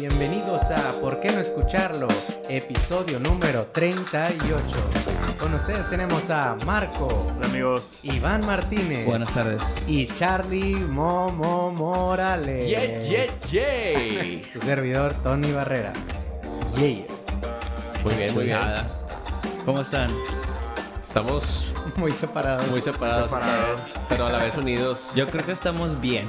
Bienvenidos a ¿Por qué no escucharlo? Episodio número 38. Con ustedes tenemos a Marco, Hola amigos. Iván Martínez Buenas tardes. y Charlie Momo Morales. Yeah, yeah, yeah. Su servidor Tony Barrera. Yeah. Muy bien, muy bien. Nada. ¿Cómo están? Estamos Muy separados. muy separados, Separados. pero a la vez unidos. Yo creo que estamos bien.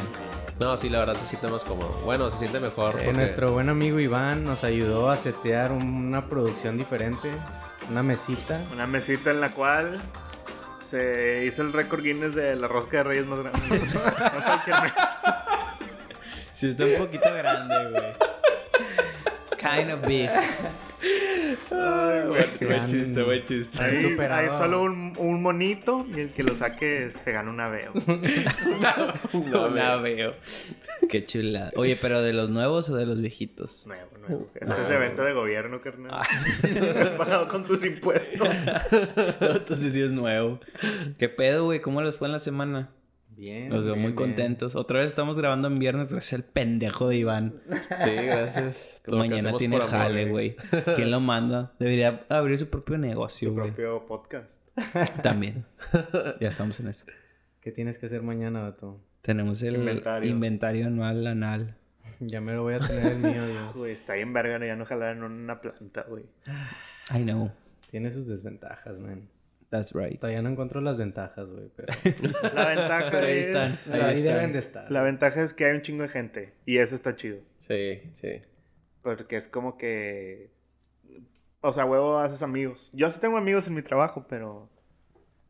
No, sí, la verdad se siente más cómodo. Bueno, se siente mejor. Eh, porque- nuestro buen amigo Iván nos ayudó a setear una producción diferente, una mesita. Una mesita en la cual se hizo el récord Guinness de la rosca de reyes más grande. No cualquier mesa. Sí, está un poquito grande, güey. Kind of big. Buen chiste, buen chiste. Han Ahí- superado. Hay solo un, un monito y el que lo saque se gana una veo. No la veo. Qué chulada. Oye, pero ¿de los nuevos o de los viejitos? Nuevo, nuevo. Este es evento de gobierno, carnal. Pagado con tus impuestos. Entonces sí es nuevo. ¿Qué pedo, güey? ¿Cómo les fue en la semana? Bien. Los veo bien, muy bien. contentos. Otra vez estamos grabando en viernes gracias al pendejo de Iván. Sí, gracias. Todo lo que Mañana hacemos tiene por amor, eh. jale, güey. ¿Quién lo manda? Debería abrir su propio negocio, Tu güey. propio podcast. También. Ya estamos en eso. ¿Qué tienes que hacer mañana, vato? Tenemos el inventario, Inventario. anual anal. Ya me lo voy a tener el mío yo. Güey, está bien verga, ya no jalaron una planta, güey. I know. Tiene sus desventajas, man. That's right. Todavía no encuentro las ventajas, güey, pero La ventaja Pero ahí es... están. pero ahí está. deben de estar. La ventaja es que hay un chingo de gente. Y eso está chido. Sí, sí. Porque es como que. O sea, huevo haces amigos. Yo sí tengo amigos en mi trabajo, pero.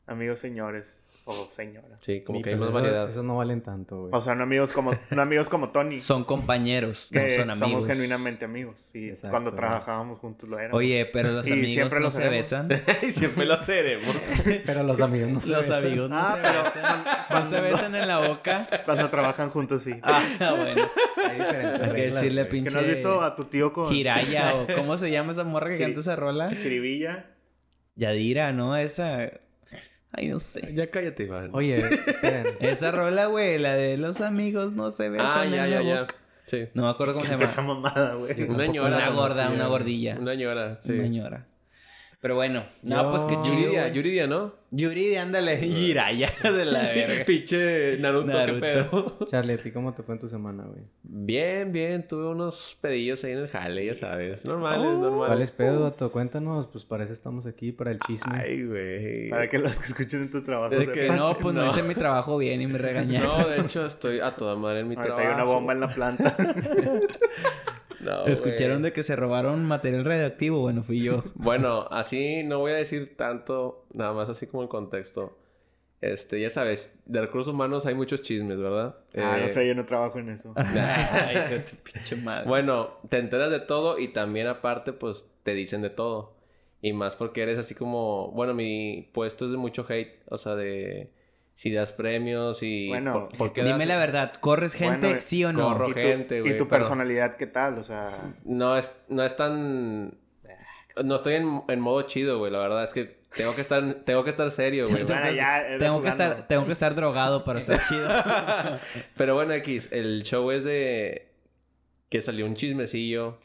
Amigos señores o señoras. Sí, como Y que hay pues más eso- variedad. Esos no valen tanto, güey. O sea, no amigos como, no amigos como Tony. Son compañeros, que no son amigos. somos genuinamente amigos. Y Exacto. cuando trabajábamos juntos lo éramos. Oye, pero los Y amigos siempre no los se haremos. besan. Y siempre lo seremos. Pero los amigos no se los besan. amigos no Ah, se pero- besan. No se besan en la boca. Cuando trabajan juntos, sí. Ah, bueno. Hay diferentes Hay que reglas, decirle güey. que pinche. no has visto a tu tío con. Jiraya o cómo se llama esa morra que Jiri- canta esa rola? Jiribilla. Yadira, ¿no? Esa. Ay, no sé. Ya cállate, Iván. Oye, esperen. Esa rola, güey, la de los amigos no se besan. ah, ya, en ya, la ya. boca. Sí. No me acuerdo cómo se llama. Esa mamada, güey. Una tampoco ñora. Una la gorda, conocía, una güey. gordilla. Una ñora, sí. Una ñora. Pero bueno, no, Yo- pues qué chido. Yuridia, güey. Yuridia, ¿no? Yuridia, ándale. Jiraya de la verga. Pinche Naruto, Naruto. qué pedo. Charlie, ¿a ti cómo te fue en tu semana, güey? Bien, bien, tuve unos pedillos ahí en el jale, ya sabes. Normales, Oh. normales. ¿Cuál es pedo, vato? Cuéntanos, pues para eso estamos aquí, para el chisme. Ay, güey. Para que los que escuchen en tu trabajo. Es sepan. que Que no, pues no. No. hice mi trabajo bien y me regañaron. No, de hecho, estoy a toda madre en mi Ahorita trabajo. hay una bomba en la planta. No, Escucharon güey. de que se robaron material radioactivo. Bueno, fui yo. Bueno, así no voy a decir tanto, nada más así como el contexto. Este, ya sabes, de recursos humanos hay muchos chismes, ¿verdad? Ah, no Eh, sé, yo no trabajo en eso. Ay, hijo de tu pinche madre. Bueno, te enteras de todo y también aparte, pues, te dicen de todo. Y más porque eres así como... Bueno, mi puesto es de mucho hate. O sea, de... Si das premios y... Bueno, ¿por, por qué Dime das- la verdad, ¿corres gente, Bueno, sí o no? corro. ¿Y tu, gente, y güey, tu pero- personalidad qué tal? O sea, No es, no es tan... No estoy en, en modo chido, güey. La verdad es que tengo que estar, tengo que estar serio, güey. Bueno, ya, eh, tengo, que jugando. estar, tengo que estar drogado para estar chido. Pero bueno, X, el show es de... Que salió un chismecillo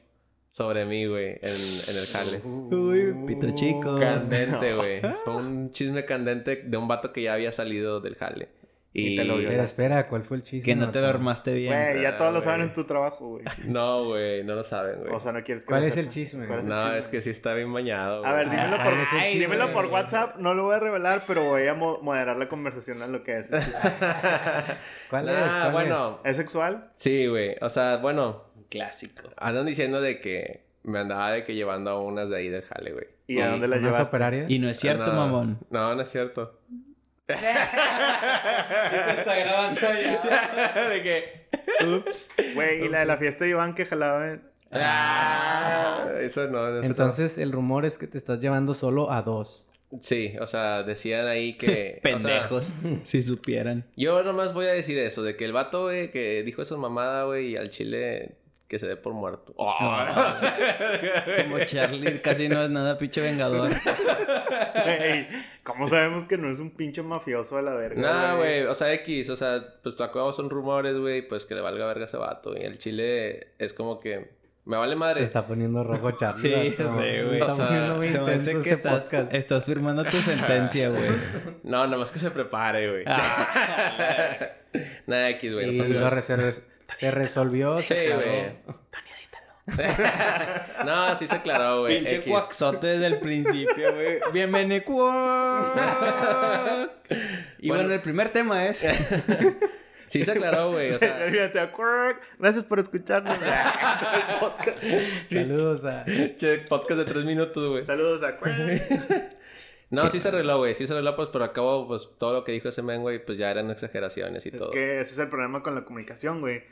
sobre mí, güey, en, en el jale. Uy, pito chico. Candente, güey. Fue un chisme candente de un vato que ya había salido del jale. Y, Y te lo vio. Espera, espera, ¿cuál fue el chisme? Que no te vato? dormaste bien. güey, ya todos lo güey. saben en tu trabajo, güey. No, güey, no lo saben, güey. O sea, no quieres que ¿Cuál lo es el sepan. chisme? Ah, ¿Cuál no, el es que sí está bien bañado. A ver, güey. dímelo por, ¿cuál es el chisme? dímelo por WhatsApp. No lo voy a revelar, pero voy a mo- moderar la conversación a lo que es. ¿Cuál Ah, es? ¿Cuál bueno. ¿Es sexual? Sí, güey. O sea, bueno, Clásico. andan diciendo de que me andaba de que llevando a unas de ahí del jale, güey. ¿Y a dónde es? la ¿Más llevaste? operaria? Y Eh, ah, no es cierto, No, mamón. No, no es cierto. Está grabando de que. Ups. Güey, y la de la fiesta de Iván que jalaba en... Ah, eso no, eso no. Entonces, el rumor es que te estás llevando solo a dos. Sí, o sea, decían ahí que. o sea, Pendejos. si supieran. Yo nomás voy a decir eso, de que el vato, güey, que dijo esa mamada, güey, y al chile que se dé por muerto. Ah. Como Charlie casi no es nada pinche vengador. Güey, ¿cómo sabemos que no es un pinche mafioso de la verga? Nah, güey, o sea, X, o sea, pues tu acabamos son rumores, güey, pues que le valga verga a ese vato, y el chile es como que Me vale madre. Se está poniendo rojo Charlie. Sí, vato. ya sé, Se güey. está O sea, poniendo muy Se me intenso hace este que estás, podcast. estás firmando tu sentencia, güey. No, nada más que se prepare, güey. Nada X, güey. y no pasa lo nada. re- se, re- pues, se resolvió, se Sí, aclaró. güey. no, sí se aclaró, güey. Pinche X. cuaxote desde el principio, güey. Bienvenido. cuac. Y bueno, Bueno. el primer tema es. Sí se aclaró, güey. O sea, Fíjate, "Cuac". Gracias por escucharnos. Saludos a... che, podcast de tres minutos, güey. Saludos a Cuac. No, sí se arregló, güey. Sí se arregló, pues, pero acabo, pues, todo lo que dijo ese men, güey, pues ya eran exageraciones y Es todo. que ese es el problema con la comunicación, güey.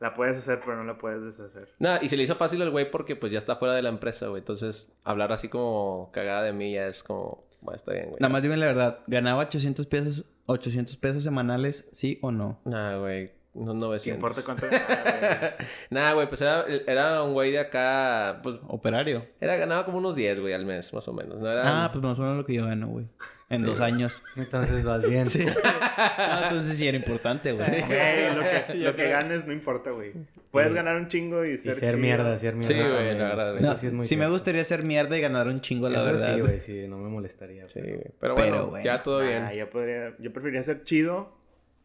La puedes hacer, pero no la puedes deshacer. Nah, y se le hizo fácil al güey porque, pues, ya está fuera de la empresa, güey. Entonces, hablar así como cagada de mí ya es como, bueno, está bien, güey. Nada más dime la verdad. ¿Ganaba 800 pesos, 800 pesos semanales, sí o no? Nah, güey. No, no ¿Qué importa cuánto? ah, Nah, güey, pues era, era un güey de acá, pues, Operario. era ganaba como unos 10, güey, al mes, más o menos. No era... Ah, pues más o menos lo que yo gano, güey. En dos años. Entonces vas bien. Ah, entonces sí era importante, güey. Güey, lo que, lo que ganes no importa, güey. Puedes ganar un chingo y Y ser. ser chido. mierda, ser mierda. Sí, güey, también. la verdad, güey. Eso No, sí es muy sí me cierto. gustaría ser mierda y ganar un chingo, la Eso verdad. sí, güey, sí, no me molestaría. Sí, pero- güey. pues, Pero Pero bueno, bueno. ya todo bien. Ah, yo podría, yo preferiría ser chido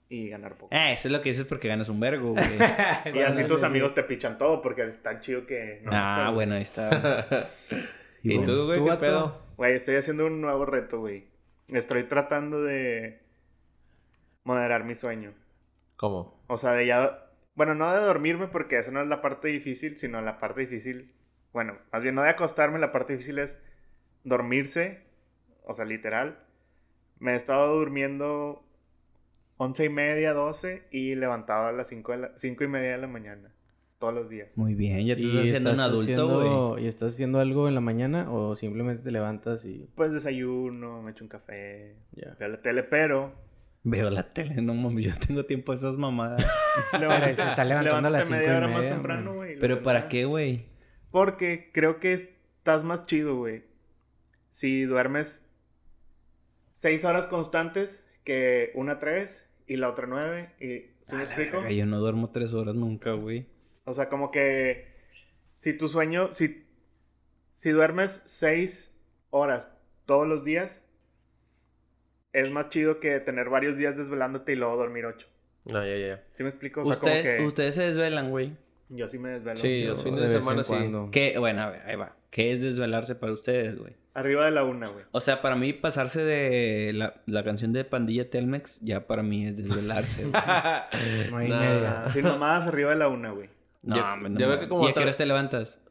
y ganar poco. Ah, eso es lo que dices porque ganas un vergo, güey. Y así tus amigos te pichan todo porque es tan chido que no ah, está- bueno, ahí está. ¿Y bueno, tú, güey, qué vato? pedo? Güey, estoy haciendo un nuevo reto, güey. Estoy tratando de moderar mi sueño. ¿Cómo? O sea, de ya. Bueno, no de dormirme porque esa no es la parte difícil, sino la parte difícil. Bueno, más bien no de acostarme, la parte difícil es dormirse. O sea, literal. Me he estado durmiendo once y media, 12 y levantado a las 5 y media de la mañana. Todos los días. Muy bien, ya te estás haciendo un adulto, güey. haciendo- ¿Y estás haciendo algo en la mañana o simplemente te levantas y Pues desayuno, me echo un café, ya? veo la tele, pero. Veo la tele, no mames, yo tengo tiempo a esas mamadas. Pero se está levantando a las levántate cinco y media hora más media, temprano, güey. güey. lo Pero ¿para temprano. qué, güey? Porque creo que estás más chido, güey. Si duermes seis horas constantes, que una tres y la otra nueve, y ¿sí me A la explico? verga, yo no duermo tres horas nunca, güey. O sea, como que si tu sueño, si, si duermes seis horas todos los días, es más chido que tener varios días desvelándote y luego dormir ocho. No, ya, ya, ya. ¿Sí me explico? O sea, Ustedes, como que ustedes se desvelan, güey. yo sí me desvelo. Sí, Yo los fines de de, vez en semana sí. cuando. ¿Qué? Bueno, a ver, ahí va. ¿Qué es desvelarse para ustedes, güey? Arriba de la una, güey. O sea, para mí pasarse de la, la canción de Pandilla Telmex ya para mí es desvelarse. güey. No hay Nah. media. Así nomás arriba de la una, güey. no, Ya- hombre, no ya veo mames. que como ¿Y a qué tal- horas te levantas?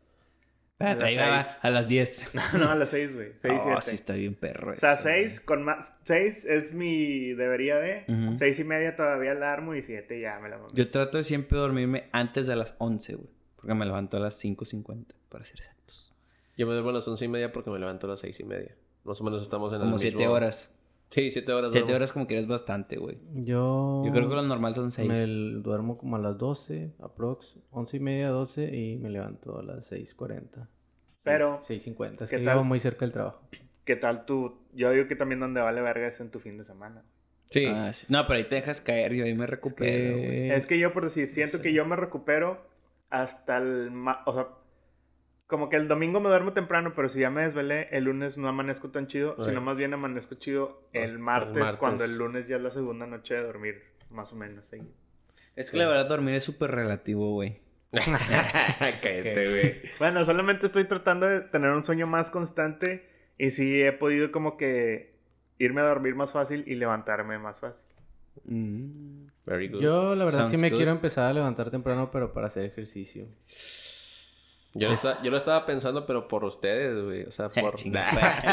A Espérate, ahí las va, seis. a las 10. No, a las seis, güey. Seis, oh, siete. Pues, sí está bien perro O sea, eso, güey. 6 con más. 6 es mi debería de. Ujú. 6 y media todavía alarmo y 7 ya me la mamé. Yo trato de siempre dormirme antes de las 11, güey. Porque me levanto a las 5.50, para ser exactos. Yo me duermo a las once y media porque me levanto a las seis y media. Más o menos estamos en el Como 7 mismo- horas. Sí, siete horas. 7 duermo. horas como que es bastante, güey. Yo... Yo creo que lo normal son Me 6. l- duermo como a las 12, aprox, 11 y media, 12 y me levanto a las 6.40. Pero, 6.50, es ¿qué que tal? vivo muy cerca del trabajo. ¿qué tal tú? Yo digo que también donde vale verga es en tu fin de semana. Sí. Ah, sí. No, pero ahí te dejas caer y ahí me recupero, güey. Es que yo, por decir, siento sé. que yo me recupero hasta el. ma- O sea, como que el domingo me duermo temprano, pero si ya me desvelé, el lunes no amanezco tan chido, Right. sino más bien amanezco chido Hasta el el martes, martes. cuando el lunes ya es la segunda noche de dormir, más o menos. ahí. Es que la verdad dormir es súper relativo, güey. Cállate, güey. Bueno, solamente estoy tratando de tener un sueño más constante y sí he podido como que irme a dormir más fácil y levantarme más fácil. Mm. Very good. Yo, Yo, la verdad, sí Sounds me good. quiero empezar a levantar temprano, pero para hacer ejercicio. lo esta- yo lo estaba pensando, pero por ustedes, güey. O sea, por... Chinga,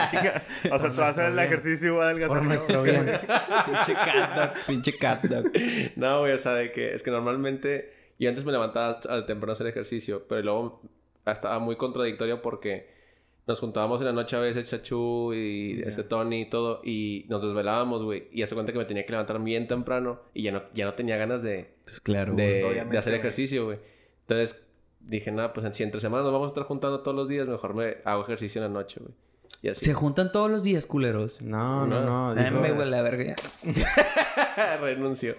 Chinga, o sea, tú vas a hacer el bien. ejercicio y voy a adelgazar. Por yo. nuestro bien. pinche cat dog, pinche cat dog. No, güey, o sea, de que es que normalmente yo antes me levantaba al temprano a hacer ejercicio, pero luego estaba muy contradictorio porque nos juntábamos en la noche a veces, Chachu y Ya. este Tony y todo, y nos desvelábamos, güey, y hace cuenta que me tenía que levantar bien temprano y ya no, ya no tenía ganas de, Pues claro, de- güey. pues, de, obviamente, hacer güey. ejercicio, güey. Entonces dije, nada, pues en- si entre semanas nos vamos a estar juntando todos los días, mejor me hago ejercicio en la noche, güey. Y así. Se juntan todos los días, culeros. No, no, no. Ay, digo, me huele la verga. Renuncio.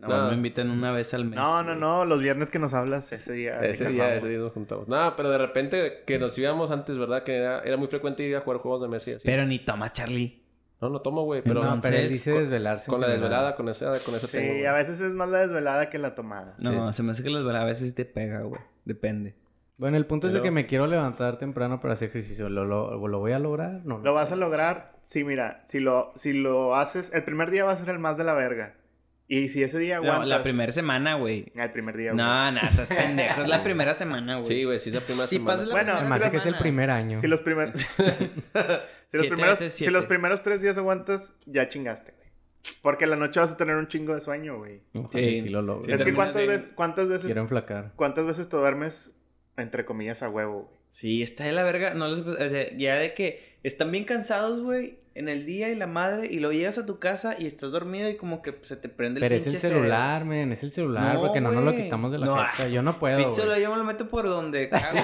No, me invitan una vez al mes. No, no, güey. no, los viernes que nos hablas, ese día. te Ese día, calmamos. ese día nos juntamos. Nada, pero de repente que nos íbamos antes, ¿verdad? Que era, era muy frecuente ir a jugar juegos de mesa y así. Pero ni toma, Charlie. No, no tomo, güey. Pero No, No, pero él Entonces, dice con- desvelarse. con la en general. desvelada, con esa, con esa tengo, Sí, güey. a veces es más la desvelada que la tomada. No, se me hace que las a veces sí te pega, güey. Depende. Bueno, el punto es de Pero- que me quiero levantar temprano para hacer ejercicio. ¿Lo, lo, lo voy a lograr? No. Lo vas a lograr, sí, mira, si lo, si lo haces, el primer día va a ser el más de la verga. Y si ese día aguantas... No, la primera semana, güey. El primer día, güey. No, no, estás pendejo. Es la primera semana, güey. Sí, güey, sí es la primera Sí, semana. pasa la Bueno, Se primera me hace que es el semana. primer año. Si los, primer- si los Siete primeros, veces si los siete. primeros tres días aguantas, ya chingaste, güey. Porque la noche vas a tener un chingo de sueño, güey. Ojalá y Sí. sí lo logro. Sí, es que terminas cuántas de- veces, cuántas veces, Quiero enflacar. cuántas veces te duermes, entre comillas, a huevo, güey. Sí, está de la verga. No les... o sea, ya de que están bien cansados, güey, en el día y la madre, y luego llegas a tu casa y estás dormido y como que se te prende el Pero es pinche el cerebro. celular, men. Es el celular, No, porque no nos lo güey. quitamos de la No, ah, jeta. Yo no puedo, Pinche celular, güey. yo me lo meto por donde cago, güey,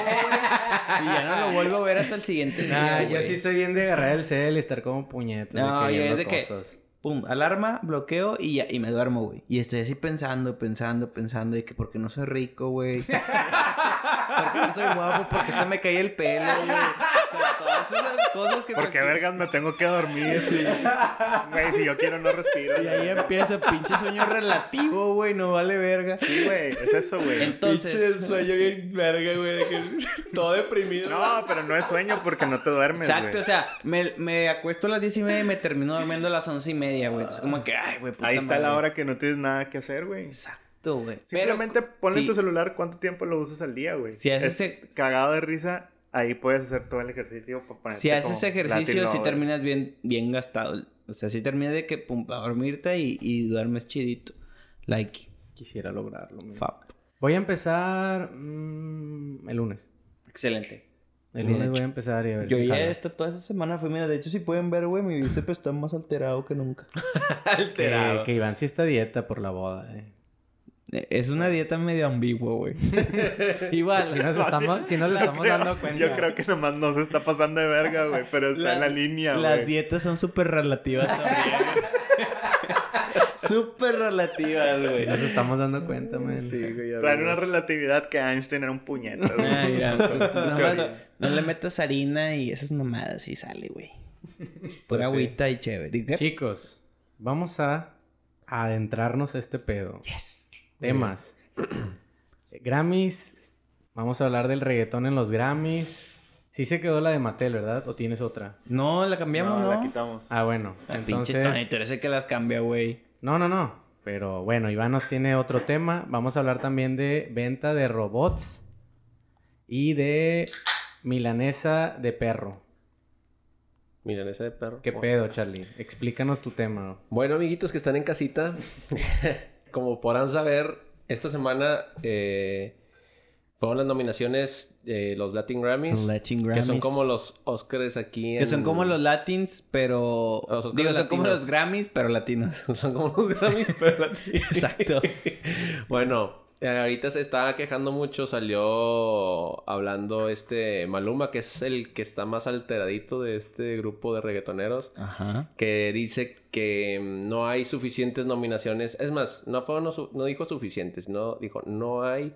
y ya no lo vuelvo a ver hasta el siguiente Nah, día, Ah, yo güey. sí soy bien de agarrar el cel y estar como puñetas. No, de que yo viendo es de que- cosas. Pum, alarma, bloqueo y ya, y me duermo, güey. Y estoy así pensando, pensando, pensando de que porque no soy rico, güey. porque no soy guapo, porque se me cae el pelo, güey. O sea, todas esas cosas Porque, que cualquier- vergas, me tengo que dormir. sí. Güey, si yo quiero, no respiro. Y ahí empieza pinche sueño relativo, güey, no vale verga. Sí, güey, es eso, güey. Entonces, sueño bien verga, güey. De que todo deprimido. No, pero no es sueño porque no te duermes, güey. exacto, o sea, me, me acuesto a las 10 y media y me termino durmiendo a las 11 y media, güey. Es como que, ay, güey, puta Ahí está madre. la hora que no tienes nada que hacer, güey. Exacto, güey. Simplemente ponle en sí. tu celular cuánto tiempo lo usas al día, güey. Si haces Es ex- cagado de risa, ahí puedes hacer todo el ejercicio para ponerte Si haces como ejercicio, Latin si Lover. terminas bien, bien gastado. O sea, si terminas de que pum, a dormirte y, y duermes chidito. Like, Quisiera lograrlo, men. fap. Voy a empezar mm, el lunes. Excelente. El Bien lunes voy hecho. a empezar y a ver Yo si ya jala. esto toda esa semana fue, mira, de hecho si pueden ver, güey, mi bíceps está más alterado que nunca. que, que Iván sí está a dieta por la boda, eh. Eh, Es una dieta medio ambigua, güey. Igual. Si nos estamos, si nos estamos dando cuenta. Yo creo que nomás no se está pasando de verga, güey, pero está en la línea, güey. Las dietas son súper relativas también. súper relativas, Si güey. nos estamos dando cuenta, men. güey, ya Traen ves. una relatividad que Einstein era un puñetazo. Ah, güey. mira, tú- tú nada Teoría. más no le metas harina y esas mamadas y sale, güey. Pura Pues sí. agüita y chévere. ¿Qué? Chicos, vamos a adentrarnos a este pedo. Yes. Temas. Grammys. Vamos a hablar del reggaetón en los Grammys. Sí se quedó la de Mattel, ¿verdad? ¿O tienes otra? No, la cambiamos, No, ¿no? la La, quitamos. Ah, bueno. pinche Tony, Entonces... tú eres el que las cambia, güey. No, no, no. Pero bueno, Iván nos tiene otro tema. Vamos a hablar también de venta de robots y de milanesa de perro. Miren, ese de perro. ¿Qué Wow. pedo, Charlie? Explícanos tu tema. Bueno, amiguitos que están en casita, como podrán saber, esta semana eh, fueron las nominaciones de los Latin Grammys, Latin Pues, que son como los Oscars aquí. Que en- son como los Latins, pero... Los Oscars Digo, son como latinos. los Grammys, pero latinos. son como los Grammys, pero latinos. Exacto. Bueno, eh, ahorita se estaba quejando mucho, salió hablando este Maluma, que es el que está más alteradito de este grupo de reggaetoneros. Ajá. que dice que mm, no hay suficientes nominaciones. Es más, no, fueron los su- no dijo suficientes, no dijo, no hay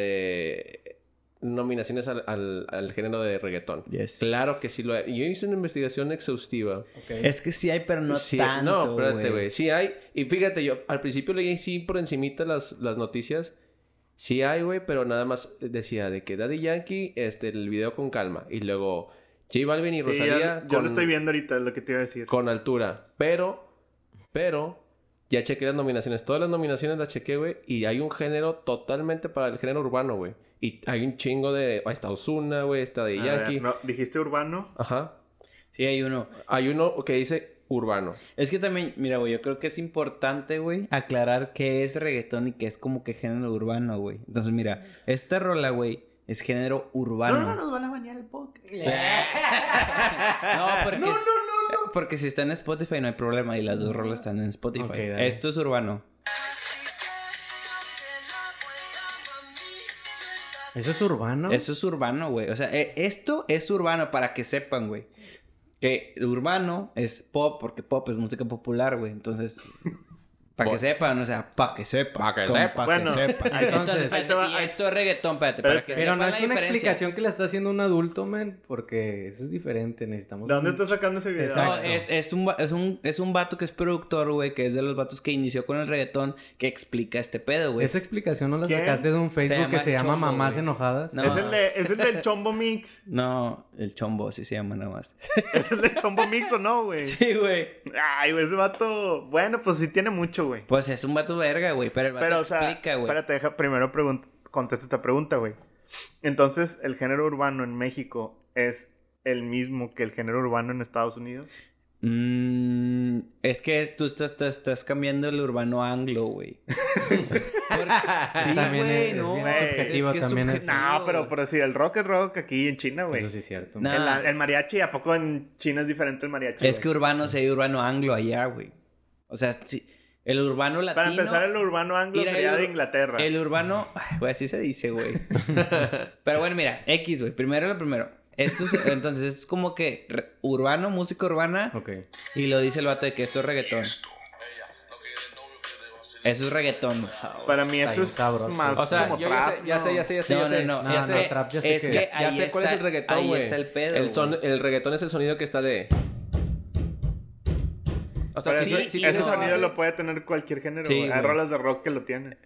eh, nominaciones al, al- al género de reggaetón. Yes. Claro que sí lo hay. Yo hice una investigación exhaustiva. Es que sí hay, pero no Sí, tanto, No, espérate, güey. Sí hay. Y fíjate, yo al principio leí sí por encimita las, las noticias. Sí hay, güey, pero nada más decía de que Daddy Yankee, este, el video con calma. Y luego J Balvin Sí, y Rosalía yo, yo con- lo estoy viendo ahorita, es lo que te iba a decir. con altura. Pero, pero, ya chequé las nominaciones. Todas las nominaciones las chequé, güey. Y hay un género totalmente para el género urbano, güey. Y hay un chingo de... Ahí está Ozuna, güey. Está de A Yankee. ver, no, dijiste urbano. Ajá. Sí, hay uno. Hay uno que dice urbano. Es que también, mira, güey, yo creo que es importante, güey, aclarar qué es reggaetón y qué es como que género urbano, güey. Entonces, mira, esta rola, güey, es género urbano. No, no, nos van a bañar el podcast. porque, porque si está en Spotify no hay problema y las dos rolas están en Spotify. Ok, dale. Esto es urbano. ¿Eso es urbano? Eso es urbano, güey. O sea, e- esto es urbano para que sepan, güey. Que urbano es pop, porque pop es música popular, güey. Entonces, Para que Bo- sepan, o sea, para que sepa. Pa' que como sepa. pa' Bueno, sepa. ahí te va- Entonces, ahí te va- y esto es reggaetón, espérate, Pero- para que Pero sepan no la es una diferencia. explicación que la está haciendo un adulto, men, porque eso es diferente. Necesitamos. ¿De dónde un- estás sacando ese video? Exacto. No, es, es, un, va- es, un, es un vato que es productor, güey, que es de los vatos que inició con el reggaetón, que explica este pedo, güey. Esa explicación no la ¿Quién? sacaste de un Facebook llama que se llama Chombo, Mamás güey. Enojadas. No. Es el, de- es el del Chombo Mix. No, el chombo, así se llama nada más. ¿Es el del Chombo Mix o no, güey? Sí, güey. Ay, güey, ese vato. Bueno, pues sí tiene mucho, güey. Pues es un vato verga, güey, pero el vato Pero, o sea, explica, güey. espérate, deja, primero pregun- contesto esta pregunta, güey. Entonces, ¿el género urbano en México es el mismo que el género urbano en Estados Unidos? Mm, es que tú estás, estás, estás cambiando el urbano a anglo, güey. sí, también güey, es- es no, bien güey, subjetivo, es también es- subjetivo, No, pero güey. por decir, el rock es rock aquí en China, güey. Eso sí es cierto. No. men. El, el mariachi, ¿a poco en China es diferente el mariachi? Es que güey? urbano se dice urbano anglo allá, güey. O sea, sí, el urbano latino... Para empezar, el urbano anglo Mira, sería el- de Inglaterra. El urbano, ay, güey, así se dice, güey. Pero bueno, mira, X, güey. Primero lo primero. Esto es- entonces, esto es como que re- urbano, música urbana. Ok. Y lo dice el vato de que esto es reggaetón. Eso es reggaetón, güey. Para mí Está eso bien es cabroso. más O sea, como yo ya trap, sé, ya sé, ya sé, ya sé, No, ya sé. no, no, No, ya no, sé. trap ya sé es que- que Ya ahí sé cuál es está- el reggaetón, Ahí güey. está el pedo. El, son- güey. el reggaetón es el sonido que está de... O sea, Pero sí, ese, ese sí tiene una sonido base. lo puede tener cualquier género. Sí, güey. Hay güey. rolas de rock que lo tienen.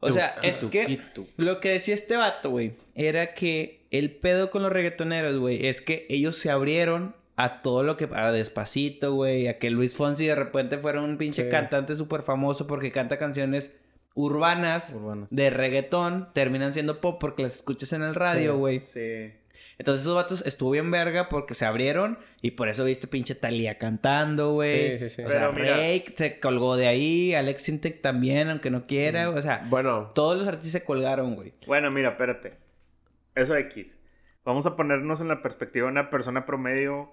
O sea, Tuki, es tuki, que tuki. lo que decía este vato, güey, era que el pedo con los reggaetoneros, güey, es que ellos se abrieron a todo lo que... A Despacito, güey, a que Luis Fonsi de repente fuera un pinche Sí. cantante súper famoso porque canta canciones urbanas Urbanos. de reggaetón, terminan siendo pop porque las escuchas en el radio, Sí. güey. Sí. Entonces esos vatos estuvo bien verga porque se abrieron y por eso viste pinche Talía cantando, güey. Sí, sí, sí. O sea, Pero mira- Rake se colgó de ahí, Alex Sintek también, aunque no quiera, o sea... Bueno, Todos los artistas se colgaron, güey. Bueno, mira, espérate. Eso X. Vamos a ponernos en la perspectiva de una persona promedio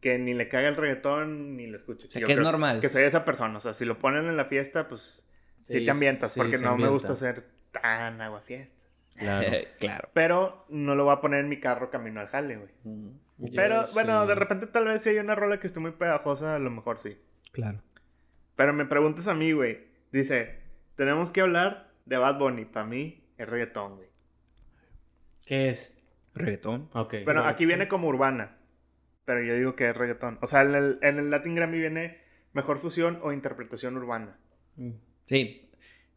que ni le caga el reggaetón ni lo escucha. O sea, Yo que es creo normal. Que soy esa persona. O sea, si lo ponen en la fiesta, pues sí, Sí, te ambientas. sí, porque se no me ambienta. gusta ser tan aguafiestas. Claro. claro. Pero no lo voy a poner en mi carro camino al jale, güey. Pero Yo bueno, sí. de repente tal vez si hay una rola que esté muy pegajosa, a lo mejor sí. Claro. Pero me preguntas a mí, güey. Dice, tenemos que hablar de Bad Bunny. Para mí es reggaetón, güey. ¿Qué es? Reggaetón. Ok. Bueno, aquí viene como urbana. Pero yo digo que es reggaetón. O sea, en el, en el Latin Grammy viene mejor fusión o interpretación urbana. Mm. Sí.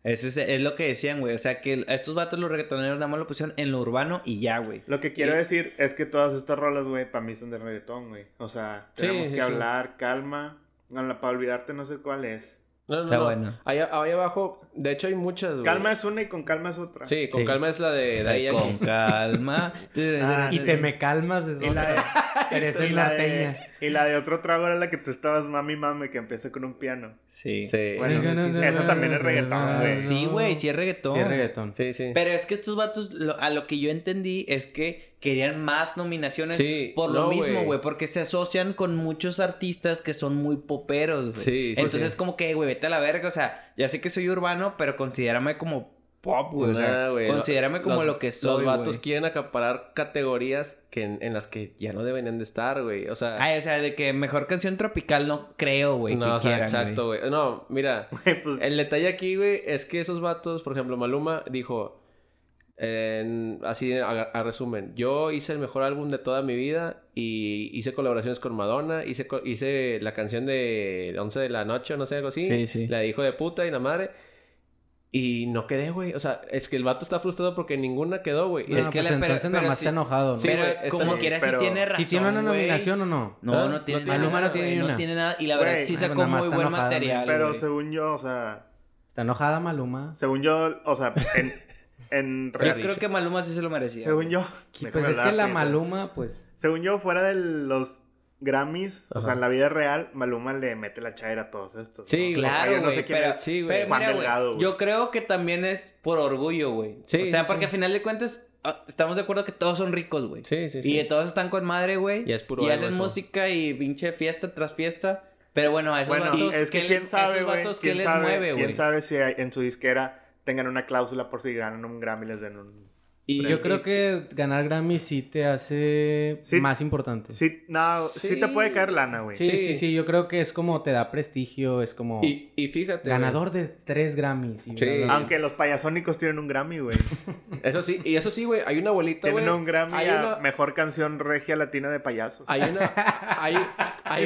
Eso es, es lo que decían, güey. O sea, que a estos vatos los reggaetoneros nada más lo pusieron en lo urbano y ya, güey. Lo que quiero Y- decir es que todas estas rolas, güey, para mí son de reggaetón, güey. O sea, Sí, tenemos sí, que sí. hablar, calma. No, la para olvidarte no sé cuál es. No, no, Está no. bueno. Ahí, ahí abajo, de hecho hay muchas, güey. Calma es una y con calma es otra. Sí, con Sí. calma es la de Daddy Yankee. Con calma. Ah, Y sí. te me calmas, es Y la otra. de- Eres y el la de- norteña. Y la de otro trago era la que tú estabas mami mami que empieza con un piano. Sí. Sí, Sí, Bueno, eso también es reggaetón, güey. güey. Sí es reggaetón. Ah, Sí, es reggaetón. sí, sí. Pero es que estos vatos, lo- a lo que yo entendí es que querían más nominaciones Sí, por lo no, mismo, güey. güey, porque se asocian con muchos artistas que son muy poperos, güey. Sí, sí, Entonces sí. es como que, güey, vete a la verga, o sea, ya sé que soy urbano, pero considérame como pop, güey. o sea, Nah, güey, considérame lo- como los- lo que soy, Los vatos güey. quieren acaparar categorías que en, en las que ya no deberían de estar, güey. O sea... Ay, o sea, de que mejor canción tropical no creo, güey, no, que o sea, quieran, exacto, güey. güey. No, mira. Güey, pues, El detalle aquí, güey, es que esos vatos, por ejemplo, Maluma dijo, en- así a, a resumen, yo hice el mejor álbum de toda mi vida y hice colaboraciones con Madonna, hice, co- hice la canción de 11 de la noche, o no sé, algo así, Sí, sí. la de hijo de puta y la madre. Y no quedé, güey. O sea, es que el vato está frustrado porque ninguna quedó, güey. Y No, Es es- que pues la- pero- entonces nada pero más sí- está enojado, ¿no? Sí, pero güey, está como bien, quiera, pero- sí tiene razón, Si tiene una güey. nominación o no. No, Ah, no no tiene tiene nada, Maluma no tiene güey, ni No una. tiene nada. Y la Güey, verdad, sí ah, sacó Maluma muy está buen enojada, material, pero güey. según yo, o sea, Está enojada Maluma. según yo, o sea, en, en Yo creo que Maluma sí se lo merecía. según güey. yo, Pues déjame es que hablar, la fíjate. Maluma, pues. Según yo, fuera de los Grammys, o Ajá. sea, en la vida real, Maluma le mete la chaira a todos estos. Sí, ¿no? O sea, Claro, yo no güey, sé quién pero, es. sí, güey. pero Juan mira, güey, Delgado, güey. yo creo que también es por orgullo, güey. Sí, o sea, sí, porque sí. al final de cuentas ah, estamos de acuerdo que todos son ricos, güey. Sí, sí, Y sí. de todos están con madre, güey. Ya es puro Y ego hacen eso. música y pinche fiesta tras fiesta. Pero bueno, a esos Bueno, vatos, es que ¿qué quién les- a sabe, esos güey. vatos, ¿qué ¿Quién les sabe, mueve, quién güey? sabe si hay- en su disquera tengan una cláusula por si ganan un Grammy les den un... Y Yo creo que ganar Grammy sí te hace Sí. más importante. Sí. Sí, no, sí. te Sí. puede caer lana, güey. Sí, Sí. sí, yo creo que es como te da prestigio, es como Y, y fíjate. güey. ganador de tres Grammys. y bla, Sí. bla, bla. Aunque los payasónicos tienen un Grammy, güey. Eso sí, y eso sí, güey. Hay una abuelita, güey. Tienen un Grammy Hay a una. mejor canción regia latina de payasos. Hay una. Hay, hay-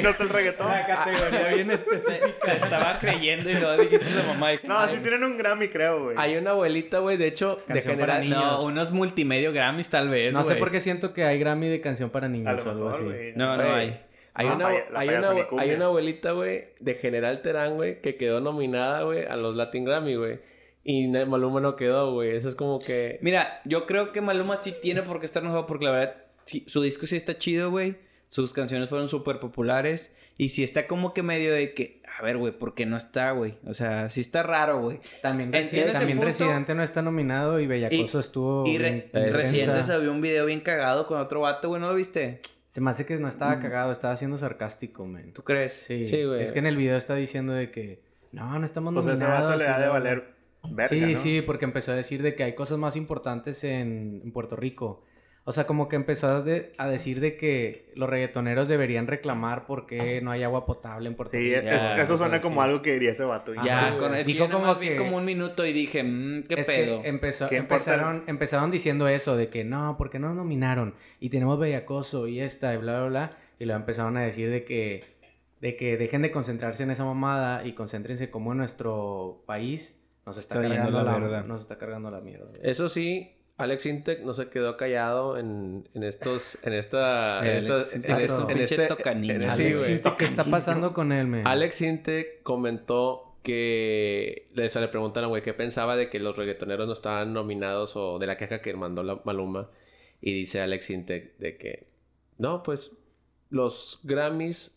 Y no está el reggaetón. Ah, categoría bien específica. estaba creyendo y luego dijiste a mamá. No, sí tienen un Grammy, creo, güey. hay una abuelita, güey. De hecho, de Canción para general. niños. No, unos multimedio Grammys tal vez, no sé güey. por qué siento que hay Grammy de canción para A niños lo o algo mejor, así. güey. No, no Güey, hay. Hay, Ah, una, paya- la hay, payasa una, ni cumbia. hay una abuelita, güey, de General Terán, güey, que quedó nominada, güey, a los Latin Grammy, güey. Y na- Maluma no quedó, güey. Eso es como que... Mira, yo creo que Maluma sí tiene por qué estar enojado porque la verdad sí, su disco sí está chido, güey. Sus canciones fueron súper populares y sí está como que medio de que, a ver, güey, ¿por qué no está, güey? O sea, sí está raro, güey. También, Entiendo Resi- ese también punto. Residente no está nominado y Bellacoso estuvo. Y Oh, bien eh, re- intensa. reciente se vio un video bien cagado con otro vato, güey, ¿no lo viste? Se me hace que no estaba Mm. cagado, estaba siendo sarcástico, men. ¿Tú crees? Sí, Sí, güey. Es que en el video está diciendo de que no, no estamos Pues ese nominados. vato le y da de bla, bla, bla". valer verga, sí, ¿no? sí, porque empezó a decir de que hay cosas más importantes en, en Puerto Rico. O sea, como que empezó a, de- a decir de que los reggaetoneros deberían reclamar porque no hay agua potable en Puerto Sí, Rico. es- Ya, eso suena sí, como sí. algo que diría ese vato. güey. Ajá, Ya, güey. con, es que Dijo yo como nomás vi que- como un minuto y dije, mmm, qué Es pedo. que em, empezó, ¿Qué importa? empezaron, empezaron diciendo eso de que no, porque no nos nominaron y tenemos Bellacoso y esta y bla, bla, bla. Y luego empezaron a decir de que, de que dejen de concentrarse en esa mamada y concéntrense como en nuestro país nos está, Está yendo cargando, la, la verga. nos está cargando la mierda. Eh, Eso sí, Alex Intec no se quedó callado en, en estos... En esta... en Alex estas- en, Intec, es- vato. en Pinche este... tocanín. en- sí, Alex, güey. siento que está pasando con él, men. Alex Intec comentó que... Le, se le preguntaron, güey, qué pensaba de que los reggaetoneros no estaban nominados o de la queja que mandó la Maluma. Y dice Alex Intec de que... No, pues los Grammys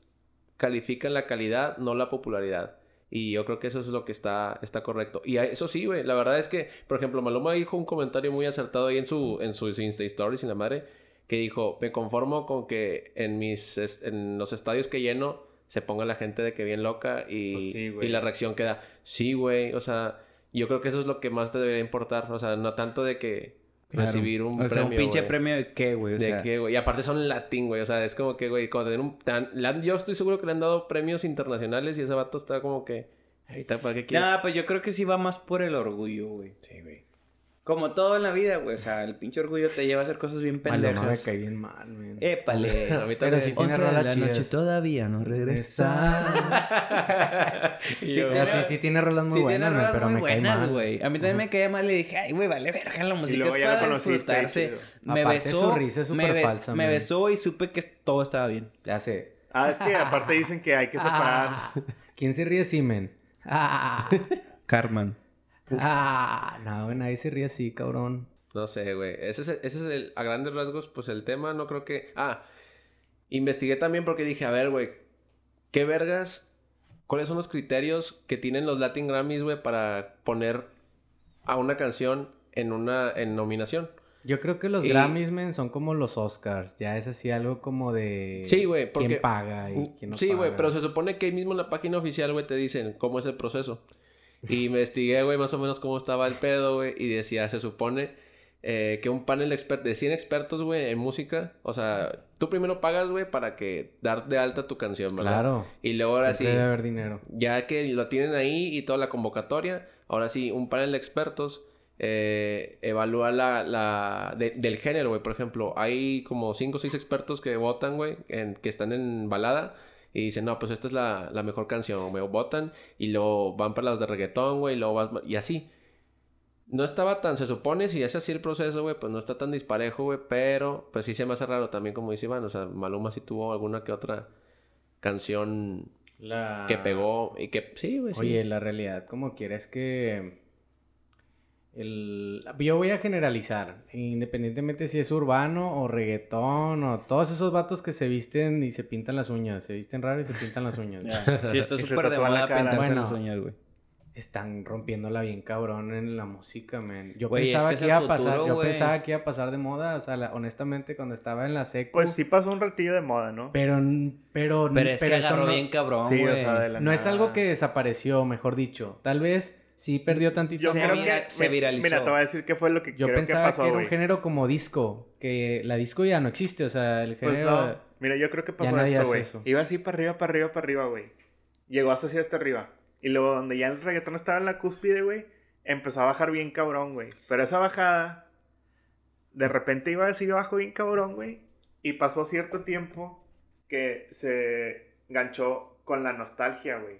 califican la calidad, no la popularidad. Y yo creo que eso es lo que está, está correcto. Y a- eso sí, güey. La verdad es que, por ejemplo, Maloma dijo un comentario muy acertado ahí en su, en su Insta Stories y la madre. Que dijo, me conformo con que en, mis, est- en los estadios que lleno se ponga la gente de que bien loca y, Pues sí, güey. y la reacción queda, sí, güey. O sea, yo creo que eso es lo que más te debería importar. O sea, no tanto de que Claro. recibir un o sea, premio. un pinche güey. premio de qué, güey. O De sea, que, güey. Y aparte son latín, güey. O sea, es como que, güey, cuando tienen un. tan- le han- yo estoy seguro que le han dado premios internacionales y ese vato está como que. Ahorita, ¿para qué quieres? Nada, pues yo creo que sí va más por el orgullo, güey. Sí, güey. Como todo en la vida, güey. O sea, el pinche orgullo te lleva a hacer cosas bien Maluma me pendejas. Eh, cae bien mal, men. Épale. A mí Pero también. sí tiene Once de rolas la chidas. noche todavía no regresa. Esa- Y Sí, yo, te- o sea, sí tiene rolas muy sí, buenas, tiene men, rolas pero muy me cae buenas, mal. güey. A mí también me caía mal y dije, ay, güey, vale verga, la Y música luego es ya lo para conociste. disfrutarse. chido. Me Aparte, besó, su risa es me, súper be- falsa, me man. besó y supe que todo estaba bien. Le hace. Ah, es que aparte dicen que hay que separar. ¿Quién se ríe así, men? Ah, Carmen. ah, no, güey, nadie se ríe así, cabrón. No sé, güey. Ese es, ese es el, a grandes rasgos, pues el tema. No creo que. Ah, investigué también porque dije, a ver, güey, ¿qué vergas? ¿Cuáles son los criterios que tienen los Latin Grammys, güey, para poner a una canción en una en nominación? Yo creo que los Y- Grammys, men, son como los Oscars. Ya es así algo como de... Sí, güey, porque- ¿Quién paga y quién no Uh, Sí, güey, paga? pero se supone que ahí mismo en la página oficial, güey, te dicen cómo es el proceso. Y investigué, güey, más o menos cómo estaba el pedo, güey, y decía, se supone eh, que un panel de exper- de 100 expertos, güey, en música, o sea, tú primero pagas, güey, para que dar de alta tu canción, ¿verdad? Claro. Y luego ahora Siempre debe sí, haber dinero. ya que lo tienen ahí y toda la convocatoria, ahora sí, un panel de expertos eh, evalúa la, la de- del género, güey. Por ejemplo, hay como 5 o 6 expertos que votan, güey, en- que están en balada. Y dicen, no, pues esta es la, la mejor canción, güey. Votan y luego van para las de reggaetón, güey. Y, luego vas- y así. No estaba tan, se supone, si es así el proceso, güey, pues no está tan disparejo, güey. Pero, pues sí se me hace raro también, como dice Iván. O sea, Maluma sí tuvo alguna que otra canción que pegó y que sí, güey. sí. Oye, la realidad, como quieres que. El... Yo voy a generalizar, independientemente si es urbano o reggaetón o todos esos vatos que se visten y se pintan las uñas, se visten raro y se pintan las uñas. Sí, esto Y se es súper de tatúa la moda cara. pintarse Bueno. las uñas, güey. Están rompiéndola bien cabrón en la música, men. Yo Güey, es pensaba que que, es iba el a pasar, futuro, yo güey. pensaba que iba a pasar de moda, o sea, la- honestamente cuando estaba en la secu, Pues sí pasó un ratillo de moda, ¿no? pero pero Pero es que eso agarró no- bien cabrón, sí, güey. o sea, de la No es nada. algo que desapareció, mejor dicho. Tal vez sí perdió tantito. Yo Se creo vira- que. se mi- viralizó. Mira, te voy a decir qué fue lo que Yo creo que pensaba que, pasó, era un güey. género como disco, que la disco ya no existe, o sea, el Pues género... no. Mira, yo creo que pasó nadie esto, hace güey. eso. Iba así para arriba, para arriba, para arriba, güey. Llegó hasta así hasta arriba. Y luego donde ya el reggaetón estaba en la cúspide, güey, empezó a bajar bien cabrón, güey. Pero esa bajada, de repente iba así abajo bien cabrón, güey. Y pasó cierto tiempo que se ganchó con la nostalgia, güey.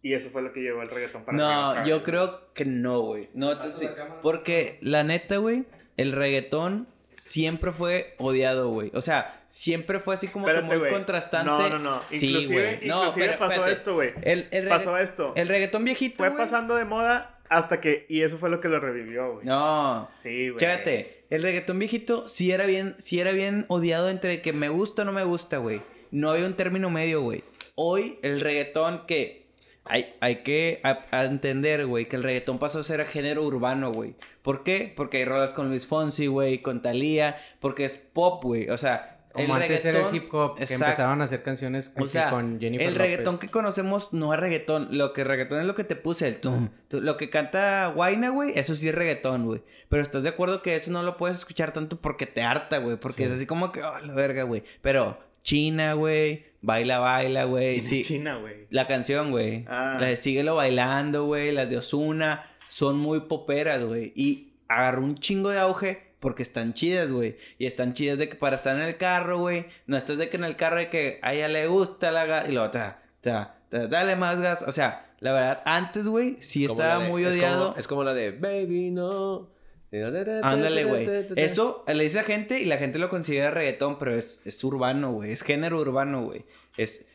Y eso fue lo que llevó el reggaetón para arriba, No, para yo arriba. creo que no, güey. No, Pasa sí, la cámara. porque la neta, güey, el reggaetón siempre fue odiado, güey. O sea, siempre fue así como que Espérate, muy güey. contrastante. No, no, no. Sí, Inclusive, güey. No, inclusive pero pasó espérate. esto, güey. El, el regga- Pasó esto. el reggaetón viejito, Fue güey. pasando de moda hasta que... Y eso fue lo que lo revivió, güey. No. Sí, güey. Chécate, el reggaetón viejito sí era bien, sí era bien odiado entre que me gusta o no me gusta, güey. No había un término medio, güey. Hoy el reggaetón que hay, hay que a- a entender, güey, que el reggaetón pasó a ser a género urbano, güey. ¿Por qué? Porque hay rodas con Luis Fonsi, güey, con Thalía, porque es pop, güey. O sea, Como antes era el hip hop, que Exacto. empezaron a hacer canciones con, O sea, con Jennifer el reggaetón López. que conocemos no es reggaetón. Lo que reggaetón es lo que te puse, el tum. tu- Lo que canta Guayna, güey, eso sí es reggaetón, güey. Pero estás de acuerdo que eso no lo puedes escuchar tanto porque te harta, güey. Sí. Porque es así como que, oh, la verga, güey. Pero China, güey, baila, baila, güey. ¿Quién Eh, Sí, es China, güey. la canción, güey. Ah. La de Síguelo Bailando, güey. Las de Osuna. Son muy poperas, güey. Y agarró un chingo de auge porque están chidas, güey. Y están chidas de que para estar en el carro, güey. No estás de que en el carro de que a ella le gusta la gas. Y luego, ta, ta, ta, dale más gas. O sea, la verdad, antes, güey, sí Como estaba la de- muy es como- odiado. Es como, la de Baby No. Ándale, Ándale, güey. Eso le dice a gente y la gente lo considera reggaetón, pero es, es urbano, güey. Es género urbano, güey. Es